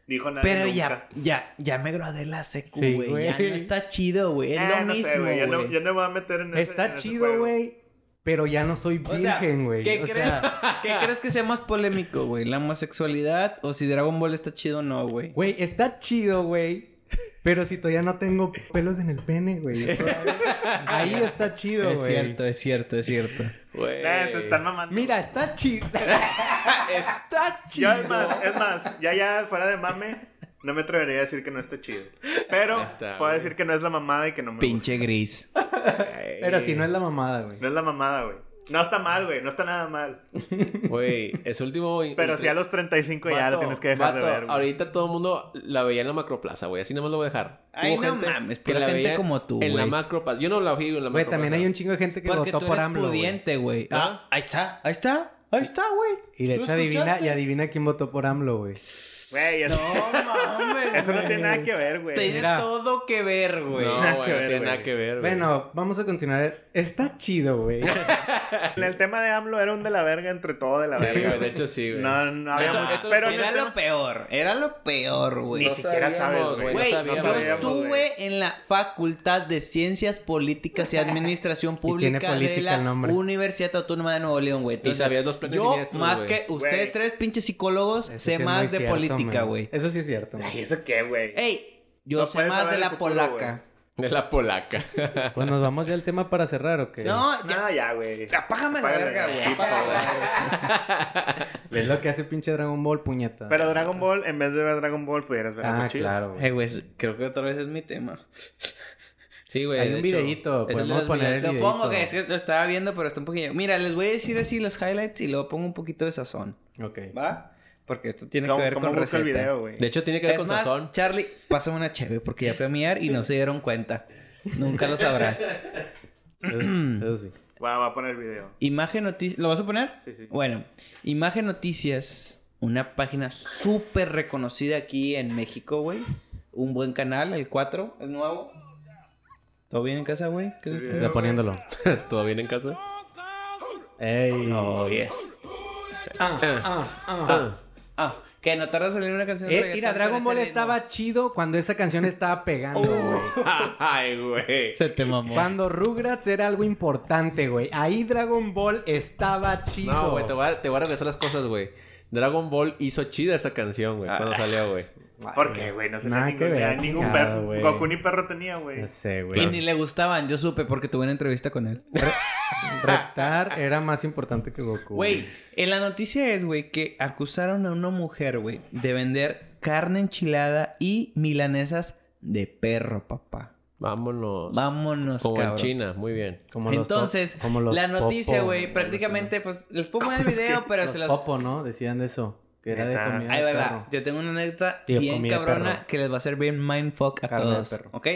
Dijo nadie pero nunca. ya, ya, ya me gradué de la secu, Sí, güey. ya no güey. está chido, güey. Es Ah, lo no sé, mismo, güey, ya, no, güey. ya no me voy a meter en ese- en Está ese chido, juego. güey. Pero ya no soy O sea, virgen, güey. ¿qué, O crees, sea, ¿qué crees que sea más polémico, güey? ¿La homosexualidad o si Dragon Ball está chido o no, güey? Güey, está chido, güey. Pero si todavía no tengo pelos en el pene, güey. Ahí está chido, Es güey. cierto, es cierto, es cierto. Güey. Nah, Eh, se están mamando. Mira, está chido. está Yo, chido. es más, es más, ya, ya, fuera de mame, no me atrevería a decir que no está chido. Pero Ya está, puedo güey. decir que no es la mamada y que no me Pinche gris. Güey. Pero si no es la mamada, güey. gusta. No es la mamada, güey. No está mal, güey. No está nada mal. Güey, es último. Pero si a los 35 ya la Vato, tienes que dejar de vato, ver, güey. Ahorita todo el mundo la veía en la macroplaza, güey. Así nomás lo voy a dejar. Ay, Hubo no mames, pura gente como tú, En la güey. macroplaza. Yo no la vi en la macroplaza. Güey, también hay un chingo de gente que Porque votó tú por eres AMLO. güey. pudiente, güey. ¿Ah? Ah, ahí está, ahí está, ahí está, güey. Y de ¿Lo hecho adivina, escuchaste? y adivina quién votó por AMLO, güey. Güey, eso, No mames. eso no güey. tiene nada que ver, güey. Tiene Mira. todo que ver, No, güey, güey. no Nada que ver, tiene nada güey. que ver, güey. Bueno, vamos a continuar. Está chido, güey. El tema de AMLO era un de la verga entre todo de la Sí, verga. güey, de güey. hecho sí, güey. No, no había Eso- mucho- eso- pero en Era el lo tema- peor, era lo peor, güey. Ni No siquiera sabíamos, sabes, güey. Güey, no sabíamos, yo güey. estuve en la Facultad de Ciencias Políticas y Administración tiene Pública de política el la nombre. Universidad Autónoma de Nuevo León, güey. Entonces, sabías los planes Yo, siniestros, más güey. que ustedes Güey. tres pinches psicólogos, Eso sí sé es muy más de cierto, política, man. güey. Eso sí es cierto. man. Ay, ¿Eso qué, güey? Ey, yo No sé puedes más saber de el la futuro, polaca. De la polaca. Pues nos vamos ya al tema para cerrar, ¿o qué? No, ya, No, Ah, ya, güey. apágame la Apágale, verga, güey. güey. Sí, apágame por la favor. verga. Es lo que hace pinche Dragon Ball, puñeta. Pero Dragon Ball, en vez de ver Dragon Ball, pudieras ver algo Ah, chido. claro, güey. Eh, Ey, Eh, güey, creo que otra vez es mi tema. Sí, güey. Hay de un hecho. videíto, Es el de podemos las poner minas- el- Lo videíto. pongo, que es que lo estaba viendo, pero está un poquillo. Mira, les voy a decir así los highlights y luego pongo un poquito de sazón. Ok. ¿Va? Porque esto tiene que ¿Cómo, ver cómo con busco receta. el video, güey? De hecho, tiene que ver Es con más, sazón. Charlie, pásame una cheve porque ya fui a miar y no se dieron cuenta. Nunca lo sabrá. Eso, eso sí. Va, va a poner el video. Imagen Noticias... ¿Lo vas a poner? Sí, sí. Bueno, Imagen Noticias, una página súper reconocida aquí en México, güey. Un buen canal, el 4, el nuevo. ¿Todo bien en casa, güey? ¿Qué se- Sí. Está poniéndolo. ¿Todo bien en casa? Ey. Oh, yes. Ah, Eh. ah, ah. Ah, que no tarda en salir una canción de Eh, reggaetón mira, Dragon con Ball ese ritmo. estaba chido cuando esa canción estaba Oh, pegando, güey. Ay, güey. Se te mamó. Cuando Rugrats era algo importante, güey. Ahí Dragon Ball estaba chido. No, güey, te voy a, te voy a regresar las cosas, güey. Dragon Ball hizo chida esa canción, güey, Ah. cuando salió, güey. Ay, ¿Por qué, güey? No sé Nada ningún, que ver, ya ningún chingado, perro. güey. Goku ni perro tenía, güey. Ya sé, Y güey. ni le gustaban, yo supe porque tuve una entrevista con él. Reptar era más importante que Goku. Güey, en la noticia es, güey, que acusaron a una mujer, güey, de vender carne enchilada y milanesas de perro, papá. Vámonos. Vámonos, Como en cabrón. China, muy bien. Como los Entonces, top- como los la noticia, Popo, güey, prácticamente, pues, les pongo en el video, pero Los se los... Popo, ¿no? Decían de eso. Que era de Neta. comida. Ahí de va, ahí perro. va. Yo tengo una anécdota Tío, bien comida de cabrona perro. que les va a hacer bien mindfuck a Carne de todos. perro. ¿Ok?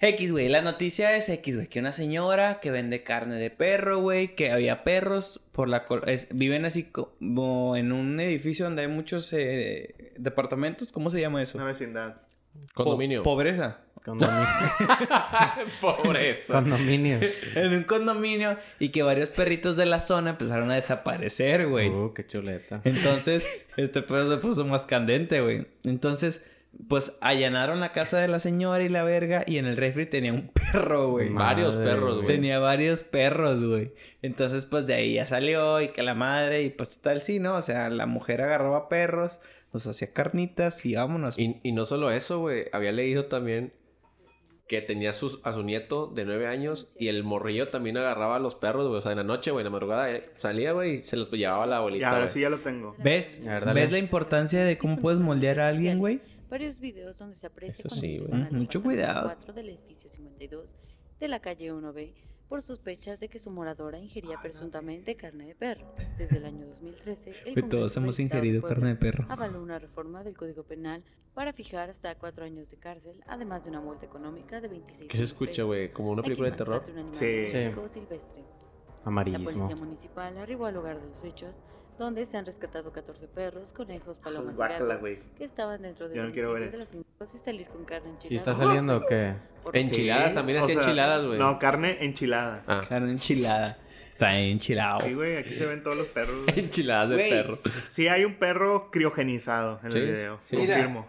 X, güey. La noticia es X, güey. Que una señora que vende carne de perro, güey. Que había perros por la... col- es- viven así como en un edificio donde hay muchos eh, departamentos. ¿Cómo se llama eso? Una vecindad. Po- Condominio. pobreza. Condomin- Pobreza. Condominios. En un condominio. Y que varios perritos de la zona empezaron a desaparecer, güey. Uh, qué chuleta. Entonces, este pedo se puso más candente, güey. Entonces, pues allanaron la casa de la señora y la verga. Y en el refri tenía un perro, güey. Ma- Varios perros, güey. Tenía varios perros, güey. Entonces, pues de ahí ya salió y que la madre y pues tal, sí, ¿no? O sea, la mujer agarraba perros, los hacía carnitas y vámonos. Y, y no solo eso, güey. Había leído también que tenía sus, a su nieto de nueve años y el morrillo también agarraba a los perros, güey. O sea, en la noche, güey, en la madrugada eh, salía, güey, y se los llevaba a la Y abuelita. ahora güey. sí ya lo tengo. ¿Ves? A ver, dale. ¿Ves la importancia de cómo puedes moldear a alguien, güey? Varios videos donde se aprecia Eso cuando sí, güey. ingresan al Mucho departamento cuidado. cuatro del edificio 52 de la calle 1B por sospechas de que su moradora ingería presuntamente carne de perro. Desde el año 2013, el Güey, Congreso todos del hemos Estado de ingerido Puebla carne de perro. avaló una reforma del Código Penal para fijar hasta cuatro años de cárcel, además de una muerte económica de 26 ¿Qué se escucha, güey? ¿Como una película de terror? Sí. sí. Sí. silvestre. La Amarillismo. policía municipal arribó al lugar de los hechos, donde se han rescatado 14 perros, conejos, palomas y Guácala, gatos güey. que estaban dentro del Yo no quiero ver domicilio de las cintas y salir con carne ¿Sí enchilada. está saliendo o qué? Por- Enchiladas, también O hacía sea, enchiladas, güey. No, carne enchilada. Ah, Carne enchilada. Está enchilado. Sí, güey, aquí se ven todos los perros. güey. enchiladas de Güey. perro. Sí, hay un perro criogenizado en Sí, el video. sí. Mira. Confirmo.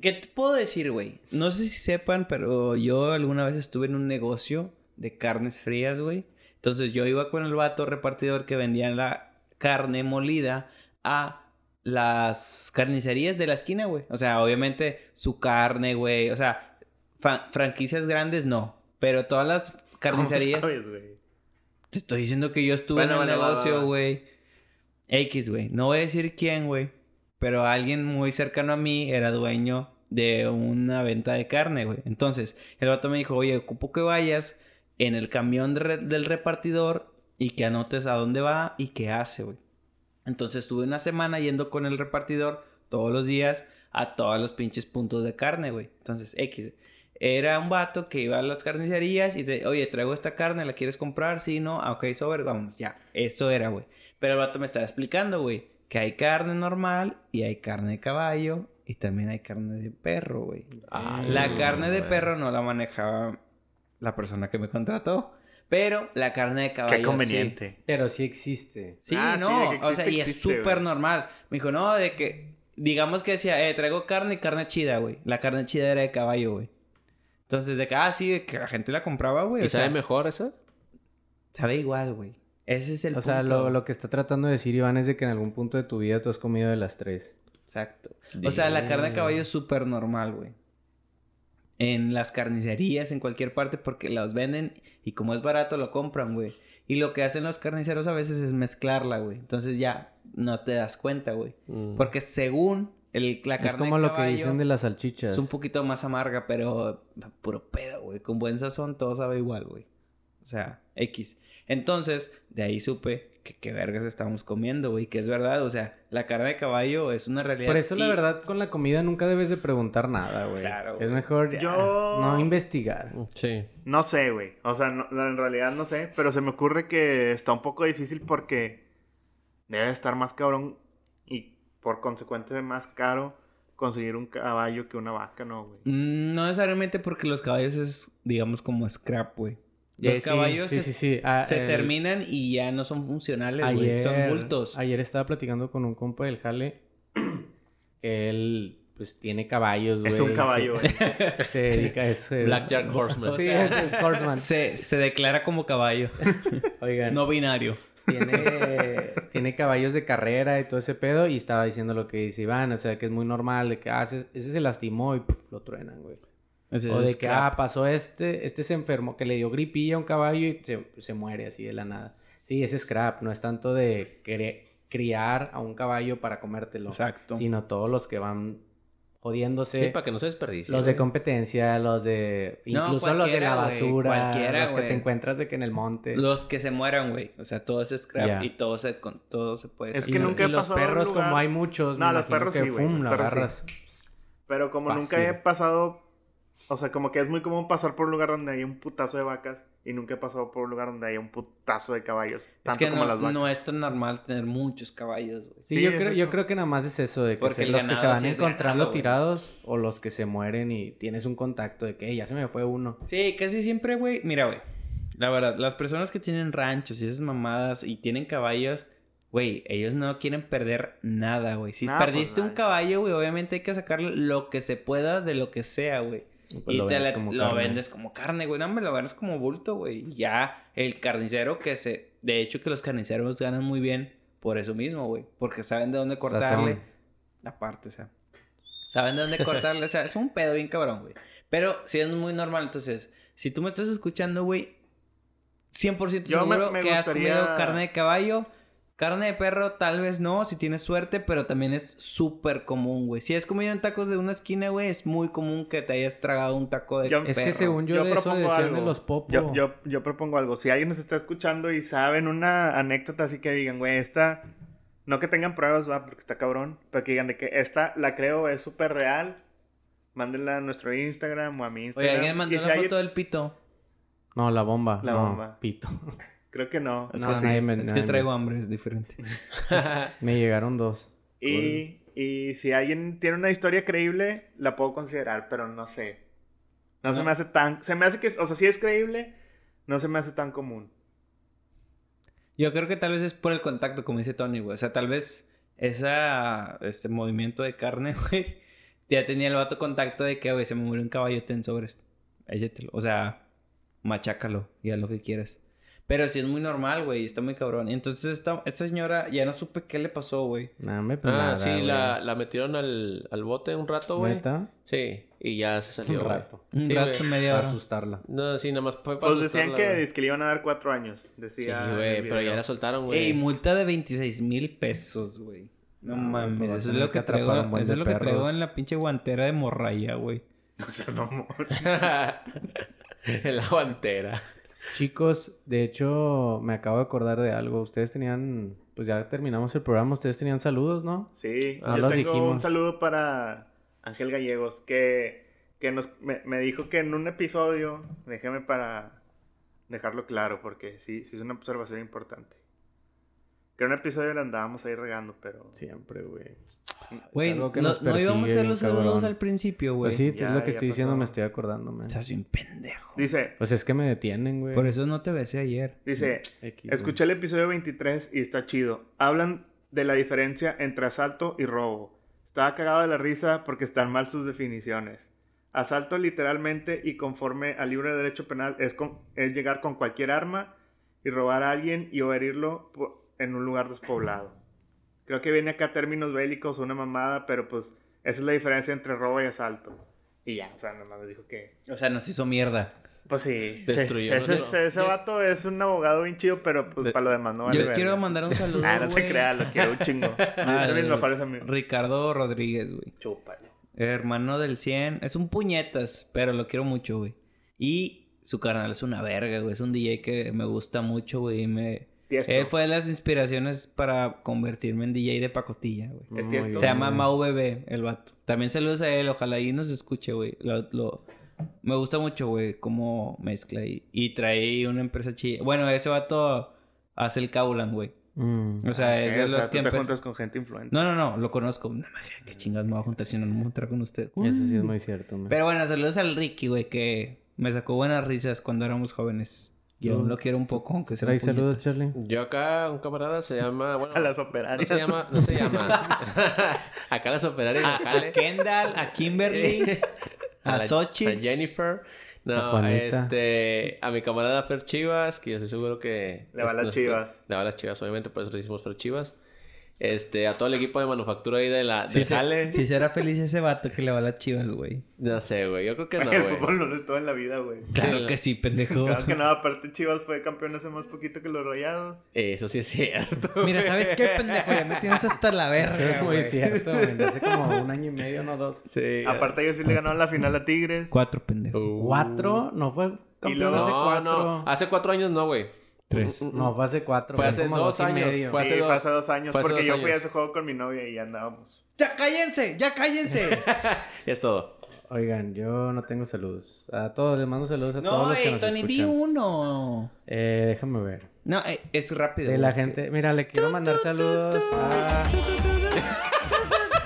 ¿Qué te puedo decir, güey? No sé si sepan, pero yo alguna vez estuve en un negocio de carnes frías, güey. Entonces yo iba con el vato repartidor que vendían la carne molida a las carnicerías de la esquina, güey. O sea, obviamente su carne, güey. O sea, fa- franquicias grandes no. Pero todas las carnicerías... ¿Cómo sabes, güey? Te estoy diciendo que yo estuve Bueno, en el bueno, va, va, negocio, va. güey. X, güey. No voy a decir quién, güey. Pero alguien muy cercano a mí era dueño de una venta de carne, güey. Entonces, el vato me dijo, oye, ocupo que vayas en el camión de re- del repartidor y que anotes a dónde va y qué hace, güey. Entonces, estuve una semana yendo con el repartidor todos los días a todos los pinches puntos de carne, güey. Entonces, X. güey. Era un vato que iba a las carnicerías y te, oye, traigo esta carne, ¿la quieres comprar? Sí, no, ah, ok, sobre, vamos, ya. Eso era, güey. Pero el vato me estaba explicando, güey, que hay carne normal y hay carne de caballo y también hay carne de perro, güey. Ah, La Mm, güey. carne de perro no la manejaba la persona que me contrató, pero la carne de caballo. Qué sí. conveniente. Pero sí existe. Sí, Ah, sí, no, de que o sea, existe, y es existe, güey. súper normal. Me dijo, no, de que, digamos que decía, eh, traigo carne y carne chida, güey. La carne chida era de caballo, güey. Entonces, de que, ah, sí, de que la gente la compraba, güey. ¿Y o sea, sabe mejor esa? sabe igual, güey. Ese es el O sea, punto. lo, lo que está tratando de decir Iván es de que en algún punto de tu vida tú has comido de las tres. Exacto. O sea, la carne de Damn. caballo es súper normal, güey. En las carnicerías, en cualquier parte, porque las venden y como es barato lo compran, güey. Y lo que hacen los carniceros a veces es mezclarla, güey. Entonces ya no te das cuenta, güey. Mm. Porque según el, la carne Es como de lo que caballo, dicen de las salchichas. Es un poquito más amarga, pero puro pedo, güey. Con buen sazón todo sabe igual, güey. O sea, X. Entonces, de ahí supe que qué vergas estamos comiendo, güey. Que es verdad, o sea, la carne de caballo es una realidad. Por eso la y- verdad con la comida nunca debes de preguntar nada, güey. Claro, Es güey. mejor ya, Yo- no investigar. Mm, Sí. No sé, güey. O sea, no- en realidad no sé. Pero se me ocurre que está un poco difícil porque debe de estar más cabrón y por consecuencia más caro conseguir un caballo que una vaca, ¿no, güey? Mm, No necesariamente porque los caballos es, digamos, como scrap, güey. Los Eh, sí, caballos sí, se, sí, sí. Ah, se el- terminan y ya no son funcionales, güey. Ayer, Son bultos. Ayer estaba platicando con un compa del jale. Él, pues, tiene caballos, güey. es un se- caballo, güey. Se, dedica a eso. Blackjack Horseman. O Sí, sea- es, es Horseman. Se, se declara como caballo, Oigan, no binario. tiene, tiene caballos de carrera y todo ese pedo. Y estaba diciendo lo que dice Iván. O sea, que es muy normal. De que, ah, ese, ese se lastimó y puf, lo truenan, güey. Ese O es de que, scrap. ah, pasó este, este se enfermó, que le dio gripilla a un caballo y se, se muere así de la nada. Sí, es scrap, no es tanto de cre- criar a un caballo para comértelo, Exacto. sino todos los que van Sí, jodiéndose. para que no se desperdicie. los de güey. competencia, los de... No, Incluso los de la cualquiera, güey, basura, cualquiera, los que te güey. encuentras de que en el monte. Los que se mueran, güey. O sea, todo es scrap Ya. y todo se, con, todo se puede Es Y que lo- sacar. nunca y he los pasado a un perros, lugar- como hay muchos, No, me los imagino perros que, sí, güey, fum, lo los perros sí. agarras. Pero como Fácil. nunca he pasado, o sea, como que es muy común pasar por un lugar donde hay un putazo de vacas y nunca he pasado por un lugar donde hay un putazo de caballos, Es tanto que como no, las vacas. no es tan normal tener muchos caballos, güey. Sí, Sí, yo, es creo, yo eso. creo que nada más es eso, de que Porque se- el los que se ganado van sí es encontrando ganado, güey. tirados o los que se mueren y tienes un contacto de que "Ey, ya se me fue uno. Sí, casi siempre, güey. Mira, güey. La verdad, las personas que tienen ranchos y esas mamadas y tienen caballos, güey, ellos no quieren perder nada, güey. Si Nada, pues, perdiste un nada. caballo, güey, obviamente hay que sacarle lo que se pueda de lo que sea, güey. Pues y lo te vendes la- como lo carne. vendes como carne, güey. No me lo vendes como bulto, güey. Y Ya el carnicero que se. De hecho, que los carniceros ganan muy bien por eso mismo, güey. Porque saben de dónde cortarle. Sazón. Aparte, o sea. Saben de dónde cortarle. o sea, es un pedo bien cabrón, güey. Pero sí es muy normal. Entonces, si tú me estás escuchando, güey, 100% Yo me- seguro me que has gustaría- comido carne de caballo, Carne de perro, tal vez no, si tienes suerte, pero también es súper común, güey. Si has comido en tacos de una esquina, güey, es muy común que te hayas tragado un taco de Yo- perro. Es Es que según yo, de eso decían de los popos. Yo, yo, yo propongo algo. Si alguien nos está escuchando y saben una anécdota así que digan, güey, esta... No que tengan pruebas, va, porque está cabrón. Pero que digan de que esta la creo, es súper real. Mándenla a nuestro Instagram o a mi Oye, Instagram. alguien mandó Y si una alguien- foto del pito. No, la bomba. La no, bomba. Pito. Creo que no. No, eso sí. nadie me, Es nadie que me- traigo hambre, es diferente. Me llegaron dos. Y, y si alguien tiene una historia creíble, la puedo considerar, pero no sé. No, se me hace tan... Se me hace que... O sea, si es creíble, no se me hace tan común. Yo creo que tal vez es por el contacto, como dice Tony, güey. O sea, tal vez esa, este movimiento de carne, güey, ya tenía el vato contacto de que, güey, se me murió un caballote en sobres. Échatelo. O sea, machácalo y haz lo que quieras. Pero sí es muy normal, güey, está muy cabrón. Y entonces esta, esta señora ya no supe qué le pasó, güey. Nah, me pues Ah, nada, sí, güey. la, la metieron al, al bote un rato, güey. ¿Neta? Sí, y ya se salió. Un güey. rato. Un Sí, rato, güey. media Para hora. asustarla. No, sí, nada más fue para Pues decían asustarla, que, güey. es que le iban a dar cuatro años. Sí, Decía en el güey, pero video. ya la soltaron, güey. Ey, multa de 26 mil pesos, güey. No, No, mames, pues va a eso es tener lo que que traigo, atrapar un buen eso de es lo que traigo perros. en la pinche guantera de morraya, güey. O sea, mamón. en la guantera. Chicos, de hecho, me acabo de acordar de algo. Ustedes tenían... Pues ya terminamos el programa. Ustedes tenían saludos, ¿no? Sí, Ah, yo los tengo un dijimos. saludo para Ángel Gallegos, que, que nos, me, me dijo que en un episodio, déjeme para dejarlo claro, porque sí, sí es una observación importante. Que en un episodio le andábamos ahí regando, pero... Siempre, güey. Güey, Es no, algo que nos no íbamos persigue a hacer bien los saludos cabrón. al principio, güey. Pues sí, ya- es lo que ya estoy diciendo, pasó. me estoy acordando, man. Estás bien pendejo. Dice, Pues es que me detienen, güey. Por eso no te besé ayer. dice, X, güey. escuché el episodio 23 y está chido. Hablan de la diferencia entre asalto y robo. Estaba cagado de la risa porque están mal sus definiciones. Asalto literalmente y conforme al libro de derecho penal es, con- es llegar con cualquier arma y robar a alguien y o herirlo po- en un lugar despoblado. Creo que viene acá términos bélicos, una mamada, pero pues esa es la diferencia entre robo y asalto. Y ya, o sea, nada más dijo que... O sea, nos hizo mierda. Pues sí, Destruyó ese, nuestro- ese- ese vato es un abogado bien chido, pero pues De- para lo demás no vale Yo verga. quiero mandar un saludo. Ah, no se güey, crea, lo quiero un chingo. al Son mis mejores amigos. Ricardo Rodríguez, güey. Chúpalo. Hermano del 100. Es un puñetas, pero lo quiero mucho, güey. Y su canal es una verga, güey. Es un DJ que me gusta mucho, güey. y Me... Tiesto. Él Eh, fue de las inspiraciones para convertirme en DJ de pacotilla, güey. Muy Es cierto. bien. Se llama Mau Bebé, el vato. También saludos a él, ojalá y nos escuche, güey. Lo, lo- Me gusta mucho, güey, cómo mezcla y, y trae una empresa chida. Bueno, ese vato hace el Cowland, güey. Mm. O sea, es Eh, de o sea, los tú te tiempos... juntas con gente influente. No, no, no, lo conozco. No, maje, qué chingas me voy a juntar si no me voy a juntar con usted. Eso sí es muy cierto, man. Pero bueno, saludos al Ricky, güey, que me sacó buenas risas cuando éramos jóvenes. Yo Yo- lo quiero un poco, aunque sea un ¿Traes saludos, puñetas. Charlie? Yo acá, un camarada se llama. Bueno, A las no operarias. se llama. No se llama. acá las operarias de A, a Jale. Kendall, a Kimberly, a la- Xochitl. A Jennifer. A No, Juanita. este. A mi camarada Fer Chivas, que yo estoy seguro que. Le va a las no estoy- Chivas. Le va a las Chivas, obviamente, por eso le hicimos Fer Chivas. Este, a todo el equipo de manufactura ahí de la. Si de Jale. será feliz ese vato que le va a las chivas, güey. No sé, güey. Yo creo que no, el güey. fútbol no lo es todo en la vida, güey. Claro que sí, pendejo. Claro que nada, aparte Chivas fue campeón hace más poquito que los Rayados. Eso sí es cierto. Mira, ¿sabes qué, pendejo? Ya me tienes hasta la Eso verga, es muy güey. cierto, güey. Hace como un año y medio, no dos. Sí. Aparte ellos sí le ganaron la final a Tigres. Cuatro, pendejo. Uh. ¿Cuatro? No fue campeón luego- hace No, cuatro. no. Hace cuatro años no, güey. Tres. No, fue hace cuatro. Fue güey, hace como dos y años, medio. fue Sí, hace dos- fue hace dos años, fue hace porque dos yo fui a años. ese juego con mi novia y andábamos. ¡Ya cállense! ¡Ya cállense! Es todo. Oigan, yo no tengo saludos. A todos, les mando saludos a todos no, los que ey, nos Tony, di escuchan. uno. Eh, déjame ver. No, eh, es rápido. De la este. gente... Mira, le quiero mandar saludos a...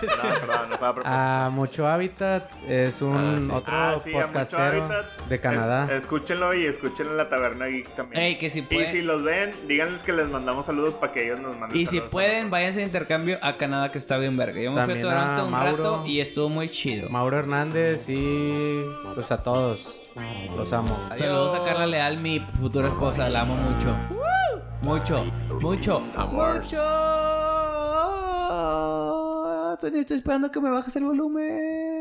No, perdón, no fue a propósito. A Mucho Hábitat es un Ah, sí. otro Ah, sí, a Mucho podcastero Hábitat. de Canadá. Eh, Escúchenlo y escúchenlo en la taberna geek también. Ey, que si y pueden... si los ven, díganles que les mandamos saludos para que ellos nos manden Y si saludos a pueden, nosotros. váyanse de intercambio a Canadá, que está bien verga. Yo me fui a También a Toronto un Mauro. rato y estuvo muy chido. Mauro Hernández y pues a todos. Los amo. Saludos a Carla Leal, mi futura esposa. La amo mucho. Mucho, mucho, Amor. mucho. Tony, estoy esperando que me bajes el volumen.